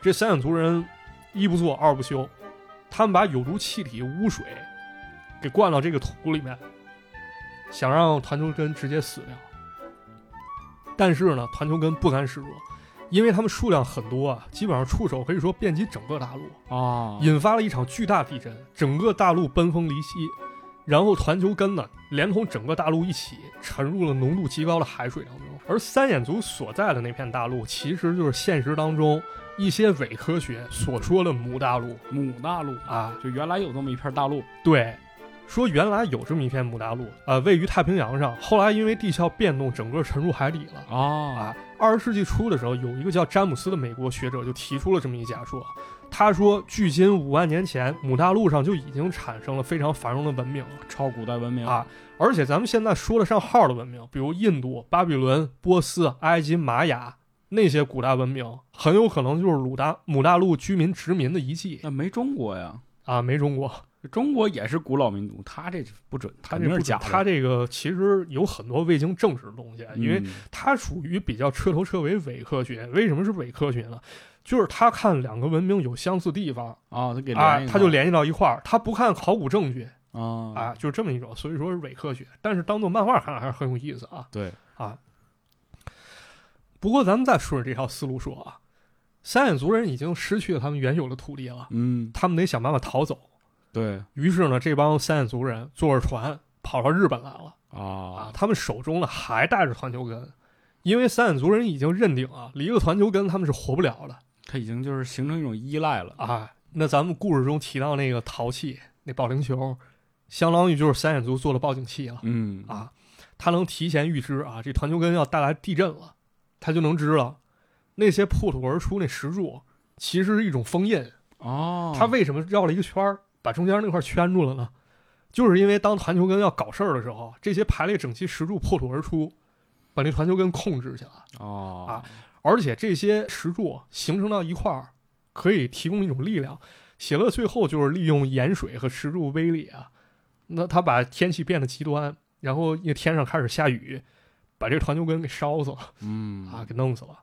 S1: 这三眼族人一不做二不休，他们把有毒气体污水给灌到这个土里面，想让团球根直接死掉。但是呢，团球根不甘示弱，因为他们数量很多啊，基本上触手可以说遍及整个大陆，
S2: 啊，
S1: 引发了一场巨大地震，整个大陆奔风离析。然后团球根呢，连同整个大陆一起沉入了浓度极高的海水当中。而三眼族所在的那片大陆，其实就是现实当中一些伪科学所说的母大陆
S2: 母大陆
S1: 啊。
S2: 就原来有这么一片大陆。
S1: 对，说原来有这么一片母大陆，呃，位于太平洋上，后来因为地壳变动，整个沉入海底了。
S2: 啊，
S1: 啊，二十世纪初的时候，有一个叫詹姆斯的美国学者就提出了这么一假说。他说，距今五万年前，母大陆上就已经产生了非常繁荣的文明了。
S2: 超古代文明
S1: 啊，而且咱们现在说得上号的文明，比如印度、巴比伦、波斯、埃及、玛雅那些古代文明，很有可能就是鲁大母大陆居民殖民的遗迹
S2: 那没中国呀？
S1: 啊，没中国。
S2: 中国也是古老民族，他这就不准，
S1: 它
S2: 他
S1: 这
S2: 这
S1: 不
S2: 是
S1: 假
S2: 假，
S1: 它这个其实有很多未经证实的东西，因为
S2: 嗯
S1: 它属于比较彻头彻尾伪科学。为什么是伪科学呢？就是他看两个文明有相似地方
S2: 啊，他给
S1: 啊，他
S2: 他
S1: 就联系到一块儿，他不看考古证据
S2: 啊
S1: 啊，就是这么一种，所以说是伪科学。但是当做漫画看还是很有意思啊。
S2: 对
S1: 啊，不过咱们再顺着这条思路说啊，三眼族人已经失去了他们原有的土地了，
S2: 嗯，
S1: 他们得想办法逃走。
S2: 对
S1: 于是呢，这帮三眼族人坐着船跑到日本来了。啊
S2: 啊，，
S1: 他们手中呢还带着团球根，因为三眼族人已经认定啊，离了团球根他们是活不了的
S2: 他已经就是形成一种依赖了。
S1: 啊。那咱们故事中提到那个陶器、那保龄球，相当于就是三眼族做的报警器了
S2: 嗯
S1: 啊。他能提前预知啊，这团球根要带来地震了，他就能知道那些破土而出那石柱其实是一种封印。
S2: 哦，
S1: 他为什么绕了一个圈儿，把中间那块儿圈住了呢？就是因为当团球根要搞事儿的时候，这些排列整齐石柱破土而出，把那团球根控制起来，
S2: 哦
S1: 啊而且这些石柱形成到一块儿，可以提供一种力量。写乐最后就是利用盐水和石柱威力啊，那他把天气变得极端，然后因为天上开始下雨，把这团球根给烧死了
S2: 嗯
S1: 啊，给弄死了。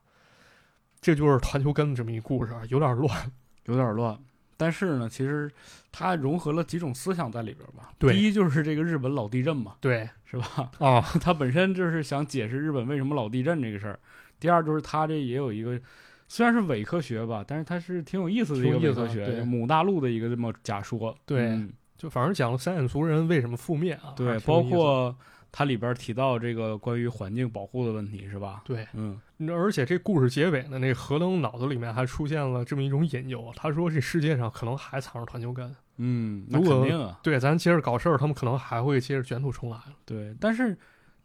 S1: 这就是团球根这么一故事，啊，有点乱。
S2: 有点乱。但是呢，其实它融合了几种思想在里边吧。
S1: 对
S2: 第一就是这个日本老地震嘛，
S1: 对
S2: 是吧？
S1: 啊，
S2: 它本身就是想解释日本为什么老地震这个事儿。第二就是它这也有一个虽然是伪科学吧，但是它是挺有意思的一个
S1: 挺有
S2: 伪
S1: 意思
S2: 科
S1: 的
S2: 学，
S1: 对
S2: 就母大陆的一个这么假说。
S1: 对
S2: 嗯
S1: 就反正讲了三眼族人为什么覆灭啊，还
S2: 对，
S1: 是挺有
S2: 包
S1: 意思的
S2: 括它里边提到这个关于环境保护的问题，是吧？
S1: 对，
S2: 嗯，
S1: 而且这故事结尾呢，那何登脑子里面还出现了这么一种隐忧，他说这世界上可能还藏着团球根。
S2: 嗯，
S1: 如果
S2: 那肯定啊，
S1: 对，咱接着搞事儿，他们可能还会接着卷土重来了。
S2: 对。但是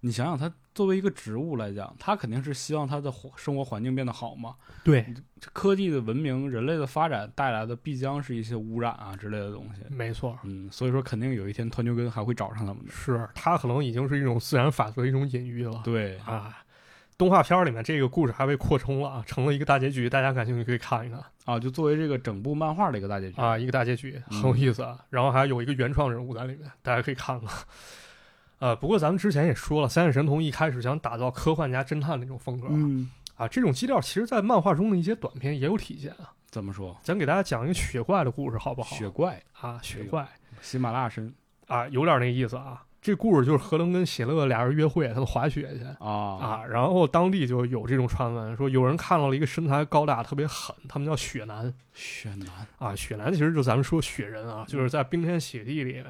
S2: 你想想，它作为一个植物来讲，它肯定是希望它的活生活环境变得好嘛。
S1: 对，
S2: 这科技的文明、人类的发展带来的必将是一些污染啊之类的东西。
S1: 没错，
S2: 嗯，所以说肯定有一天团球根还会找上他们的。
S1: 是他可能已经是一种自然法则一种隐喻了。
S2: 对，
S1: 啊，动画片儿里面这个故事还被扩充了啊，成了一个大结局，大家感兴趣可以看一看
S2: 啊，就作为这个整部漫画的一个大结局
S1: 啊，一个大结局很
S2: 嗯
S1: 有意思啊。然后还有一个原创人物在里面，大家可以看看。呃，不过咱们之前也说了，三眼神童一开始想打造科幻加侦探那种风格啊，
S2: 嗯，
S1: 啊，这种基调其实，在漫画中的一些短片也有体现啊。
S2: 怎么说？
S1: 咱给大家讲一个雪怪的故事，好不好？
S2: 雪怪，
S1: 啊，雪怪
S2: 喜马拉雅山
S1: 啊，有点那意思啊。这故事就是何登跟喜乐俩人约会，他们滑雪去
S2: 啊
S1: 啊，然后当地就有这种传闻，说有人看到了一个身材高大、特别狠，他们叫雪男
S2: 雪男，
S1: 啊。雪男其实就咱们说雪人啊，就是在冰天雪地里面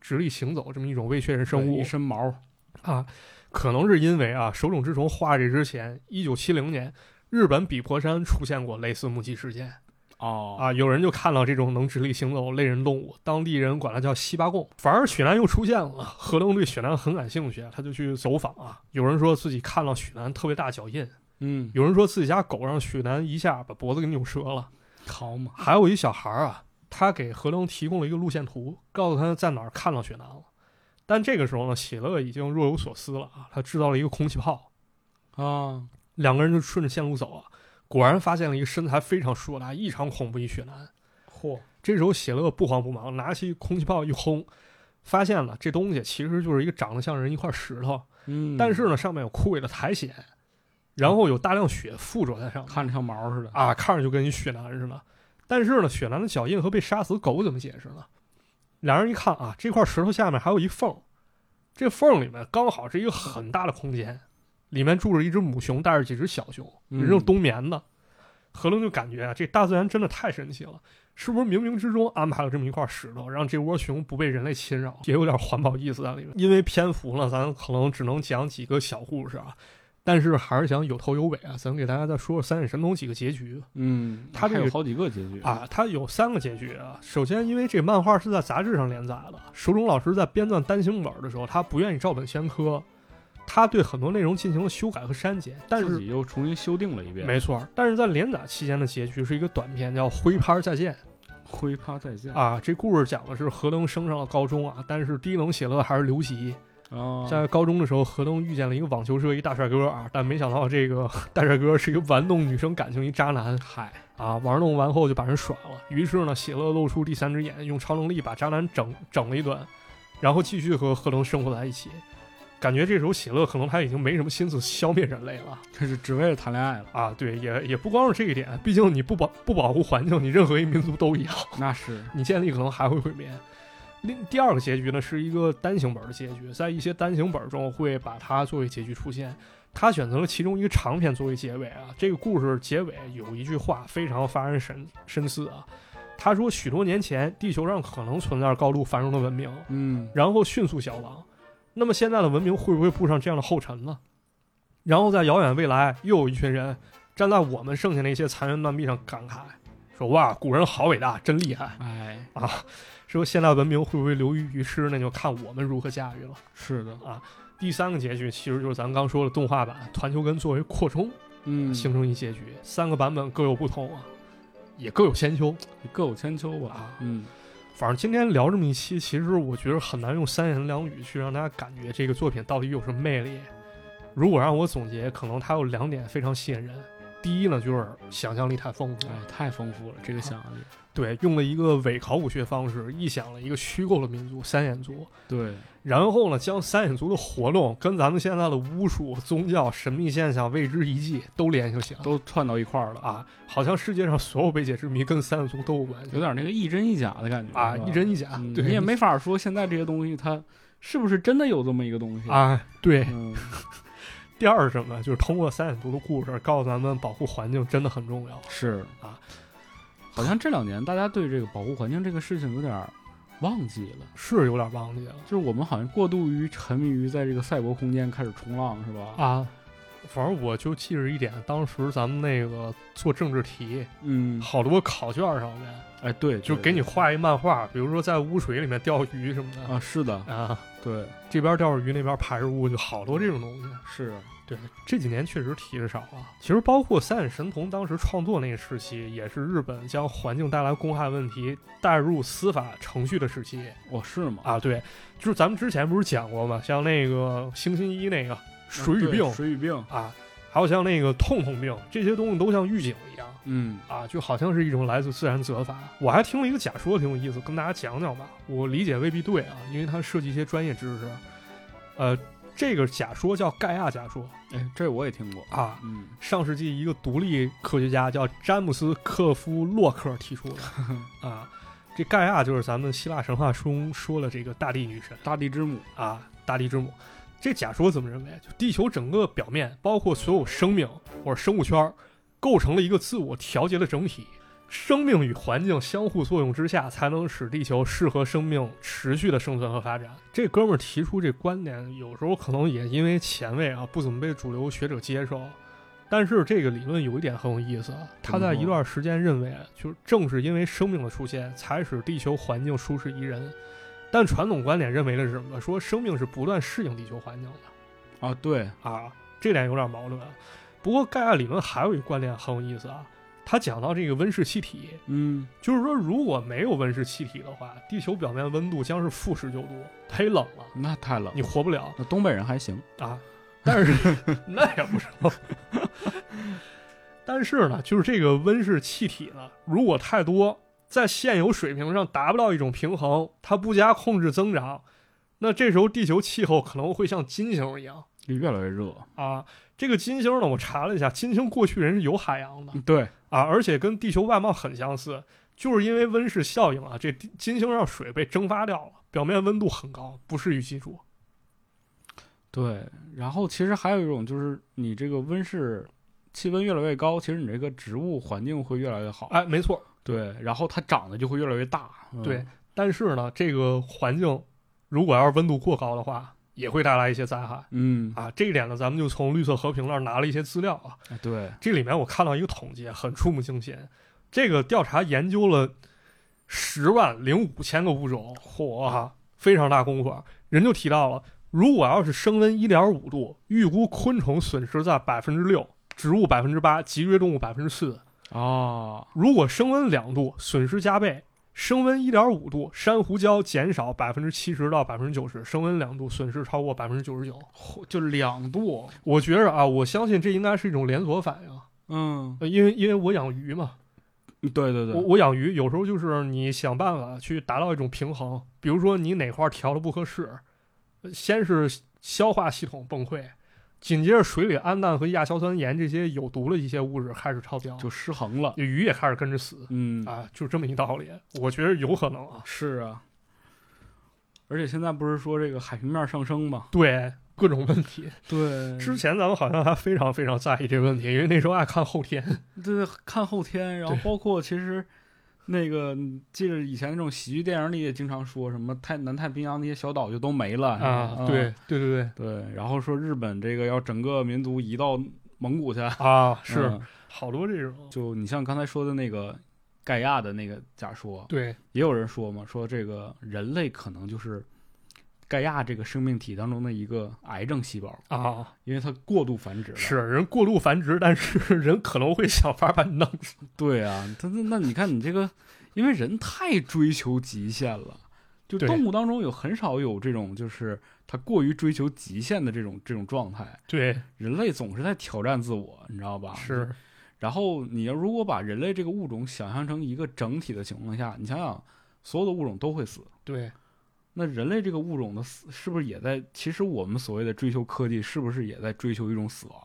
S1: 直立行走这么一种未确认生物
S2: 一身毛，
S1: 啊。可能是因为啊，手冢治虫画这之前，一九七零年日本比婆山出现过类似目击事件。
S2: 哦
S1: 啊，有人就看到这种能直立行走的类人动物，当地人管它叫西巴贡。反而雪男又出现了，何登对雪男很感兴趣，他就去走访啊。有人说自己看到雪男特别大脚印，
S2: 嗯，
S1: 有人说自己家狗让雪男一下把脖子给扭折了，
S2: 好嘛，
S1: 还有一小孩儿啊，他给何登提供了一个路线图，告诉他在哪儿看到雪男了。但这个时候呢，喜乐已经若有所思了啊，他制造了一个空气炮，
S2: 啊，
S1: 两个人就顺着线路走啊，果然发现了一个身材非常硕大、异常恐怖一雪男。
S2: 嚯，
S1: 这时候喜乐不慌不忙，拿起空气炮一轰，发现了这东西其实就是一个长得像人一块石头，
S2: 嗯，
S1: 但是呢上面有枯萎的苔藓，然后有大量血附着在上面，
S2: 看着像毛似的，
S1: 啊，看着就跟一雪男似的。但是呢，雪男的脚印和被杀死的狗怎么解释呢？两人一看啊，这块石头下面还有一缝，这缝里面刚好是一个很大的空间，里面住着一只母熊，带着几只小熊，
S2: 嗯
S1: 人正冬眠呢。何龙就感觉啊，这大自然真的太神奇了，是不是冥冥之中安排了这么一块石头，让这窝熊不被人类侵扰，也有点环保意思在里面。因为篇幅呢，咱可能只能讲几个小故事啊，但是还是想有头有尾啊，咱给大家再说说三眼神童几个结局。
S2: 嗯，
S1: 他这
S2: 还有
S1: 个
S2: 好几个结局，
S1: 啊，它有三个结局啊。首先，因为这漫画是在杂志上连载的，手冢老师在编撰单行本的时候，他不愿意照本宣科，他对很多内容进行了修改和删减。但
S2: 自
S1: 是，
S2: 己又重新修订了一遍，
S1: 没错，但是在连载期间的结局是一个短片，叫《灰拍儿再见
S2: 挥拍再见》
S1: 啊。这故事讲的是何登升上了高中啊，但是低能写乐还是留级。
S2: 啊，
S1: 在高中的时候，何登遇见了一个网球社一大帅哥啊，但没想到这个 大帅哥是一个玩弄女生感情一渣男。
S2: 嗨，
S1: 啊，玩弄完后就把人甩了。于是呢，喜乐露出第三只眼，用超能力把渣男整整了一顿，然后继续和贺龙生活在一起。感觉这时候喜乐可能他已经没什么心思消灭人类了
S2: 这是只为了谈恋爱了，
S1: 啊！对，也也不光是这一点，毕竟你不保不保护环境，你任何一民族都一样，
S2: 那是，
S1: 你建立可能还会毁灭。另第二个结局呢，是一个单行本的结局，在一些单行本中会把它作为结局出现。他选择了其中一个长篇作为结尾啊。这个故事结尾有一句话非常发人深深思啊。他说，许多年前，地球上可能存在高度繁荣的文明，
S2: 嗯，
S1: 然后迅速消亡。那么现在的文明会不会步上这样的后尘呢？然后在遥远未来，又有一群人站在我们剩下那些残垣断壁上感慨，说：“哇，古人好伟大，真厉害。”
S2: 哎，
S1: 啊，说现代文明会不会流于于世，那就看我们如何驾驭了。
S2: 是的，
S1: 第三个结局其实就是咱刚说的动画版团球根作为扩充
S2: 嗯，
S1: 形成一结局，三个版本各有不同啊，也各有千秋
S2: 各有千秋吧，
S1: 啊。
S2: 嗯，
S1: 反正今天聊这么一期，其实我觉得很难用三言两语去让大家感觉这个作品到底有什么魅力。如果让我总结，可能它有两点非常吸引人。第一呢，就是想象力太丰富了，
S2: 哎，太丰富了，这个想象力，
S1: 对，用了一个伪考古学方式，臆想了一个虚构的民族三眼族，
S2: 对，
S1: 然后呢，将三眼族的活动跟咱们现在的巫术、宗教、神秘现象、未知遗迹都联系起来了
S2: 都串到一块儿了，
S1: 啊，好像世界上所有未解之谜跟三眼族都有关系
S2: 有点那个一真一假的感觉
S1: 啊，
S2: 是吧
S1: 一真一假，
S2: 嗯
S1: 对，
S2: 你也没法说现在这些东西它是不是真的有这么一个东西。
S1: 啊，对，
S2: 嗯
S1: 啊第二是什么？就是通过三眼图的故事告诉咱们，保护环境真的很重要。
S2: 是
S1: 啊，
S2: 好像这两年大家对这个保护环境这个事情有点儿忘记了，
S1: 是有点忘记了
S2: 就是我们好像过度于沉迷于在这个赛博空间开始冲浪，是吧？
S1: 啊。反正我就记着一点，当时咱们那个做政治题，
S2: 嗯，
S1: 好多考卷上面
S2: 哎，对，
S1: 就
S2: 对
S1: 给你
S2: 对
S1: 画一漫画，比如说在污水里面钓鱼什么的
S2: 啊，是的，
S1: 啊，
S2: 对，
S1: 这边钓着鱼，那边排着污，就好多这种东西。
S2: 是
S1: 对，这几年确实提的少啊。其实包括三眼神童当时创作那个时期，也是日本将环境带来公害问题带入司法程序的时期
S2: 哦，是吗？
S1: 啊。对，就是咱们之前不是讲过吗？像那个星星一那个水
S2: 啊
S1: 与
S2: 对
S1: 病
S2: 水与病，
S1: 啊，还有像那个痛痛病，这些东西都像预警一样。
S2: 嗯，
S1: 啊，就好像是一种来自自然责罚。我还听了一个假说，挺有意思，跟大家讲讲吧。我理解未必对啊，因为它涉及一些专业知识。呃，这个假说叫盖亚假说
S2: 哎，这我也听过，
S1: 啊，
S2: 嗯，
S1: 上世纪一个独立科学家叫詹姆斯·克夫洛克提出的啊。这盖亚就是咱们希腊神话中说的这个大地女神
S2: 大地之母，
S1: 啊，大地之母。这假说怎么认为？就地球整个表面，包括所有生命或者生物圈儿，构成了一个自我调节的整体。生命与环境相互作用之下，才能使地球适合生命持续的生存和发展。这哥们儿提出这观点，有时候可能也因为前卫啊，不怎么被主流学者接受。但是这个理论有一点很有意思啊，他在一段时间认为，啊就是正是因为生命的出现，才使地球环境舒适宜人。但传统观点认为的是什么？说生命是不断适应地球环境的
S2: 啊，对，
S1: 啊，这点有点矛盾。不过盖亚理论还有一个观点很有意思啊，他讲到这个温室气体，
S2: 嗯，
S1: 就是说如果没有温室气体的话，地球表面温度将是负十九度，忒冷了，
S2: 那太冷
S1: 你
S2: 了，
S1: 活不了
S2: 那东北人还行，
S1: 啊。但是 那也不成。 但是呢，就是这个温室气体呢，如果太多，在现有水平上达不到一种平衡，它不加控制增长，那这时候地球气候可能会像金星一样
S2: 越来越热，
S1: 啊。这个金星呢，我查了一下，金星过去人是有海洋的
S2: 对，
S1: 啊，而且跟地球外貌很相似，就是因为温室效应啊，这地金星上水被蒸发掉了，表面温度很高，不适宜居住。
S2: 对，然后其实还有一种就是你这个温室气温越来越高，其实你这个植物环境会越来越好。
S1: 哎，没错，
S2: 对，然后它长得就会越来越大。嗯
S1: 对，但是呢，这个环境如果要是温度过高的话，也会带来一些灾害
S2: 嗯，
S1: 啊。这一点呢，咱们就从绿色和平那儿拿了一些资料啊。
S2: 哎对，
S1: 这里面我看到一个统计，很触目惊心。这个调查研究了十万零五千个物种，嚯、啊，非常大功夫啊。人就提到了，如果要是升温一点五度，预估昆虫损失在百分之六，植物百分之八，脊椎动物百分之四。
S2: 哦，
S1: 如果升温两度，损失加倍；升温一点五度，珊瑚礁减少百分之七十到百分之九十；升温两度，损失超过百分之九十九。
S2: 嚯就两度。哦
S1: 我觉着啊，我相信这应该是一种连锁反应，
S2: 嗯，
S1: 呃因为因为我养鱼嘛，
S2: 对对对，
S1: 我我养鱼有时候就是你想办法去达到一种平衡，比如说你哪块调的不合适，呃先是消化系统崩溃，紧接着水里氨氮和亚硝酸盐这些有毒的一些物质开始超标，
S2: 就失衡了。
S1: 鱼也开始跟着死。
S2: 嗯，
S1: 啊，就这么一道理，我觉得有可能啊。
S2: 是啊。而且现在不是说这个海平面上升吗？
S1: 对各种问题，
S2: 对
S1: 之前咱们好像还非常非常在意这个问题，因为那时候爱看后天
S2: 对，看后天，然后
S1: 对
S2: 包括其实那个你记得以前那种喜剧电影里也经常说什么太南太平洋那些小岛就都没了
S1: 啊。
S2: 嗯
S1: 对对对对
S2: 对，然后说日本这个要整个民族移到蒙古去，
S1: 啊， 是、
S2: 嗯
S1: 好多这种
S2: 就你像刚才说的那个盖亚的那个假说，
S1: 对
S2: 也有人说嘛，说这个人类可能就是盖亚这个生命体当中的一个癌症细胞，
S1: 啊，
S2: 因为它过度繁殖了。
S1: 是人过度繁殖，但是 人可能会想法把你弄 死
S2: 对啊，他那那你看你这个，因为人太追求极限了，就
S1: 对
S2: 动物当中有很少有这种就是它过于追求极限的这种这种状态，
S1: 对
S2: 人类总是在挑战自我，你知道吧？。
S1: 是
S2: 然后你要如果把人类这个物种想象成一个整体的情况下，你想想所有的物种都会死，
S1: 对
S2: 那人类这个物种的死是不是也在？其实我们所谓的追求科技，是不是也在追求一种死亡？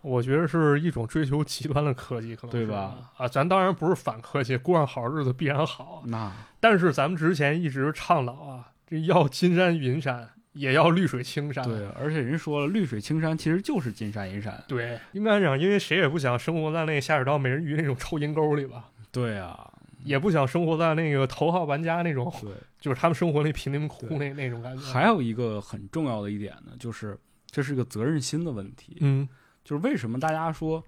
S1: 我觉得是一种追求极端的科技，可能
S2: 对
S1: 是
S2: 吧？
S1: 啊，咱当然不是反科技，过上好日子必然好，
S2: 那
S1: 但是咱们之前一直倡导啊，这要金山银山，也要绿水青山。
S2: 对，而且人说了，绿水青山其实就是金山银山。
S1: 对，应该讲，因为谁也不想生活在那下水道美人鱼那种臭阴沟里吧，
S2: 对啊，
S1: 也不想生活在那个头号玩家那种，
S2: 对。
S1: 就是他们生活那贫民窟
S2: 对
S1: 那那种感觉。
S2: 还有一个很重要的一点呢，就是这是一个责任心的问题。
S1: 嗯，
S2: 就是为什么大家说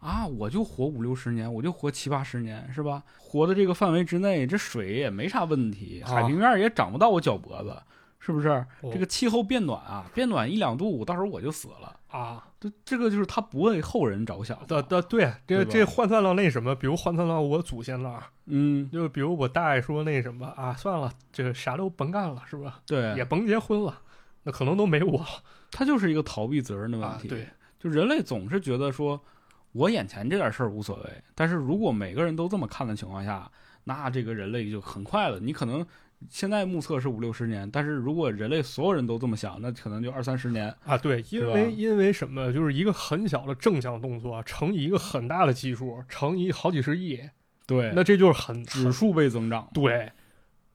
S2: 啊，我就活五六十年，我就活七八十年，是吧？活的这个范围之内，这水也没啥问题，
S1: 啊
S2: 海平面也涨不到我脚脖子，是不是？
S1: 哦
S2: 这个气候变暖啊，变暖一两度，到时候我就死了。
S1: 啊，
S2: 这这个就是他不为后人着想
S1: 的的对，这
S2: 啊对吧
S1: 这换算到那什么，比如换算到我祖先那儿，
S2: 嗯，
S1: 就比如我大爷说那什么啊，算了，这啥都甭干了，是吧？也
S2: 对，
S1: 甭结婚了，那可能都没我了
S2: 他就是一个逃避责任的问
S1: 啊。
S2: 题。
S1: 对，
S2: 就人类总是觉得说，我眼前这点事儿无所谓，但是如果每个人都这么看的情况下，那这个人类就很快了。你可能现在目测是五六十年，但是如果人类所有人都这么想，那可能就二三十年。
S1: 啊，对，
S2: 是
S1: 因
S2: 吧
S1: 为因为什么？就是一个很小的正向动作啊乘以一个很大的基数，乘以好几十亿，
S2: 对
S1: 那这就是很
S2: 指
S1: 很
S2: 数倍增长。
S1: 对。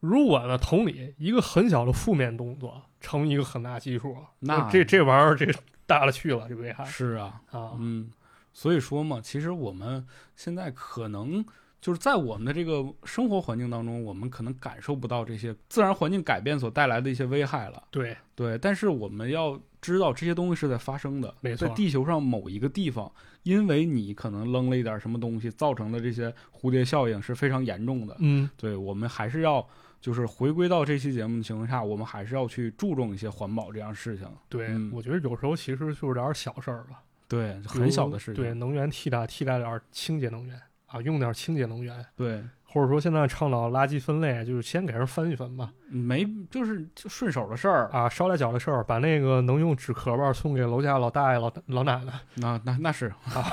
S1: 如果呢，同理，一个很小的负面动作乘以一个很大基数，
S2: 那
S1: 这这玩意儿这大了去了，这危害
S2: 是啊，
S1: 啊。
S2: 嗯，所以说嘛，其实我们现在可能。就是在我们的这个生活环境当中，我们可能感受不到这些自然环境改变所带来的一些危害了。
S1: 对，
S2: 对，但是我们要知道这些东西是在发生的，
S1: 没
S2: 在
S1: 错
S2: 地球上某一个地方，因为你可能扔了一点什么东西，造成的这些蝴蝶效应是非常严重的。
S1: 嗯，
S2: 对，我们还是要就是回归到这期节目的情况下，我们还是要去注重一些环保这样的事情。
S1: 对，
S2: 嗯
S1: 我觉得有时候其实就是点儿小事儿吧。
S2: 对，很小的事情。
S1: 对，能源替代替代点儿清洁能源啊，用点儿清洁能源，
S2: 对，
S1: 或者说现在倡导垃圾分类，就是先给人分一分吧。
S2: 没就是就顺手的事儿，
S1: 啊，捎带脚的事儿，把那个能用纸壳吧送给楼下老大爷、老老奶奶，
S2: 那那那是啊，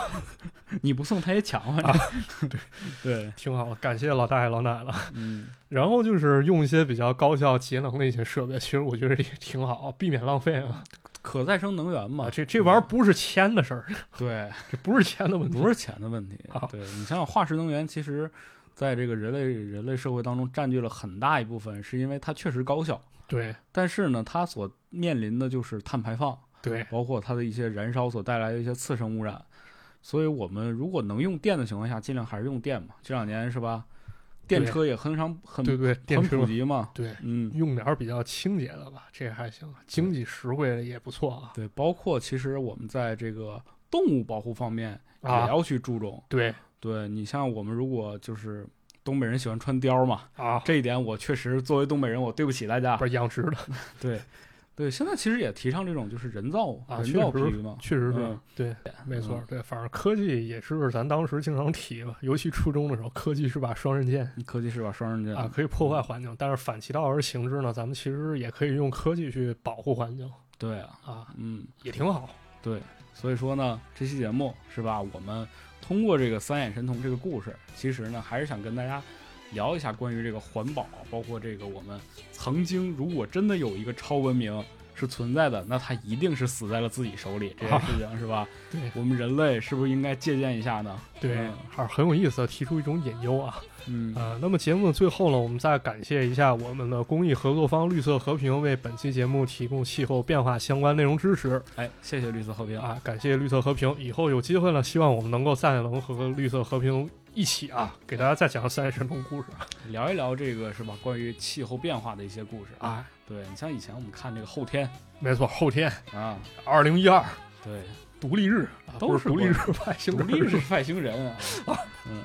S2: 你不送他也抢啊。 对对，
S1: 挺好。感谢老大爷、老奶奶。
S2: 嗯，
S1: 然后就是用一些比较高效节能的一些设备，其实我觉得也挺好，避免浪费啊。
S2: 可再生能源嘛
S1: 啊，，这这玩意儿不是钱的事儿，
S2: 对。
S1: 这不是钱的问题。
S2: 不是钱的 问题
S1: 啊。
S2: 对你想想，化石能源其实在这个人类人类社会当中占据了很大一部分，是因为它确实高效，
S1: 对
S2: 但是呢，它所面临的就是碳排放，
S1: 对
S2: 包括它的一些燃烧所带来的一些次生污染。所以我们如果能用电的情况下，尽量还是用电嘛。这两年是吧，电车也很常很
S1: 对对，电
S2: 很
S1: 池
S2: 普及嘛。
S1: 对，
S2: 嗯，
S1: 用点儿比较清洁的吧，这还行，经济实惠的也不错啊。
S2: 对，包括其实我们在这个动物保护方面也
S1: 啊
S2: 要去注重。
S1: 对
S2: 对你像我们如果就是东北人喜欢穿貂嘛，
S1: 啊，
S2: 这一点我确实作为东北人，我对不起大家
S1: 不。是养殖的，
S2: 对，对，现在其实也提倡这种就是人造、
S1: 啊
S2: 人
S1: 确
S2: 造皮
S1: 实
S2: 嘛。
S1: 确实是、
S2: 嗯
S1: 对，没错，对，反正科技也是咱当时经常提吧，尤其初中的时候，科技是把双刃剑
S2: 科技是把双刃剑
S1: 啊，可以破坏环境，但是反其道而行之呢，咱们其实也可以用科技去保护环境
S2: 对啊，
S1: 啊，
S2: 嗯，
S1: 也挺好。
S2: 对。所以说呢，这期节目是吧？我们通过这个三眼神童这个故事，其实呢，还是想跟大家聊一下关于这个环保，包括这个我们曾经如果真的有一个超文明是存在的，那它一定是死在了自己手里，这件事情、是吧？
S1: 对
S2: 我们人类是不是应该借鉴一下呢？
S1: 对，
S2: 嗯
S1: 还是很有意思，提出一种隐忧啊。
S2: 嗯，
S1: 呃，那么节目的最后呢，我们再感谢一下我们的公益合作方绿色和平为本期节目提供气候变化相关内容支持。
S2: 哎，谢谢绿色和平
S1: 啊，感谢绿色和平。以后有机会呢，希望我们能够再能和绿色和平一起啊，给大家再讲三神童故事
S2: 聊一聊这个是吧？关于气候变化的一些故事。
S1: 啊。
S2: 对你像以前我们看这个后天
S1: 没错，后天
S2: 啊，
S1: 二零一二
S2: 对，
S1: 独立日啊，
S2: 都
S1: 不
S2: 是
S1: 独立
S2: 关
S1: 日外星
S2: 独
S1: 人
S2: 立日是外星人 啊。嗯，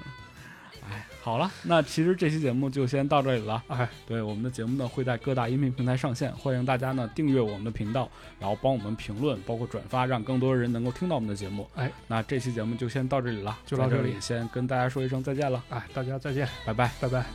S2: 哎，好了，那其实这期节目就先到这里了。
S1: 哎，
S2: 对，我们的节目呢会在各大音频平台上线，欢迎大家呢订阅我们的频道，然后帮我们评论，包括转发，让更多人能够听到我们的节目。
S1: 哎，
S2: 那这期节目就先到这里了，
S1: 就到
S2: 在
S1: 这
S2: 这
S1: 里
S2: 先跟大家说一声再见了，
S1: 哎，大家再见，
S2: 拜拜。
S1: 拜拜。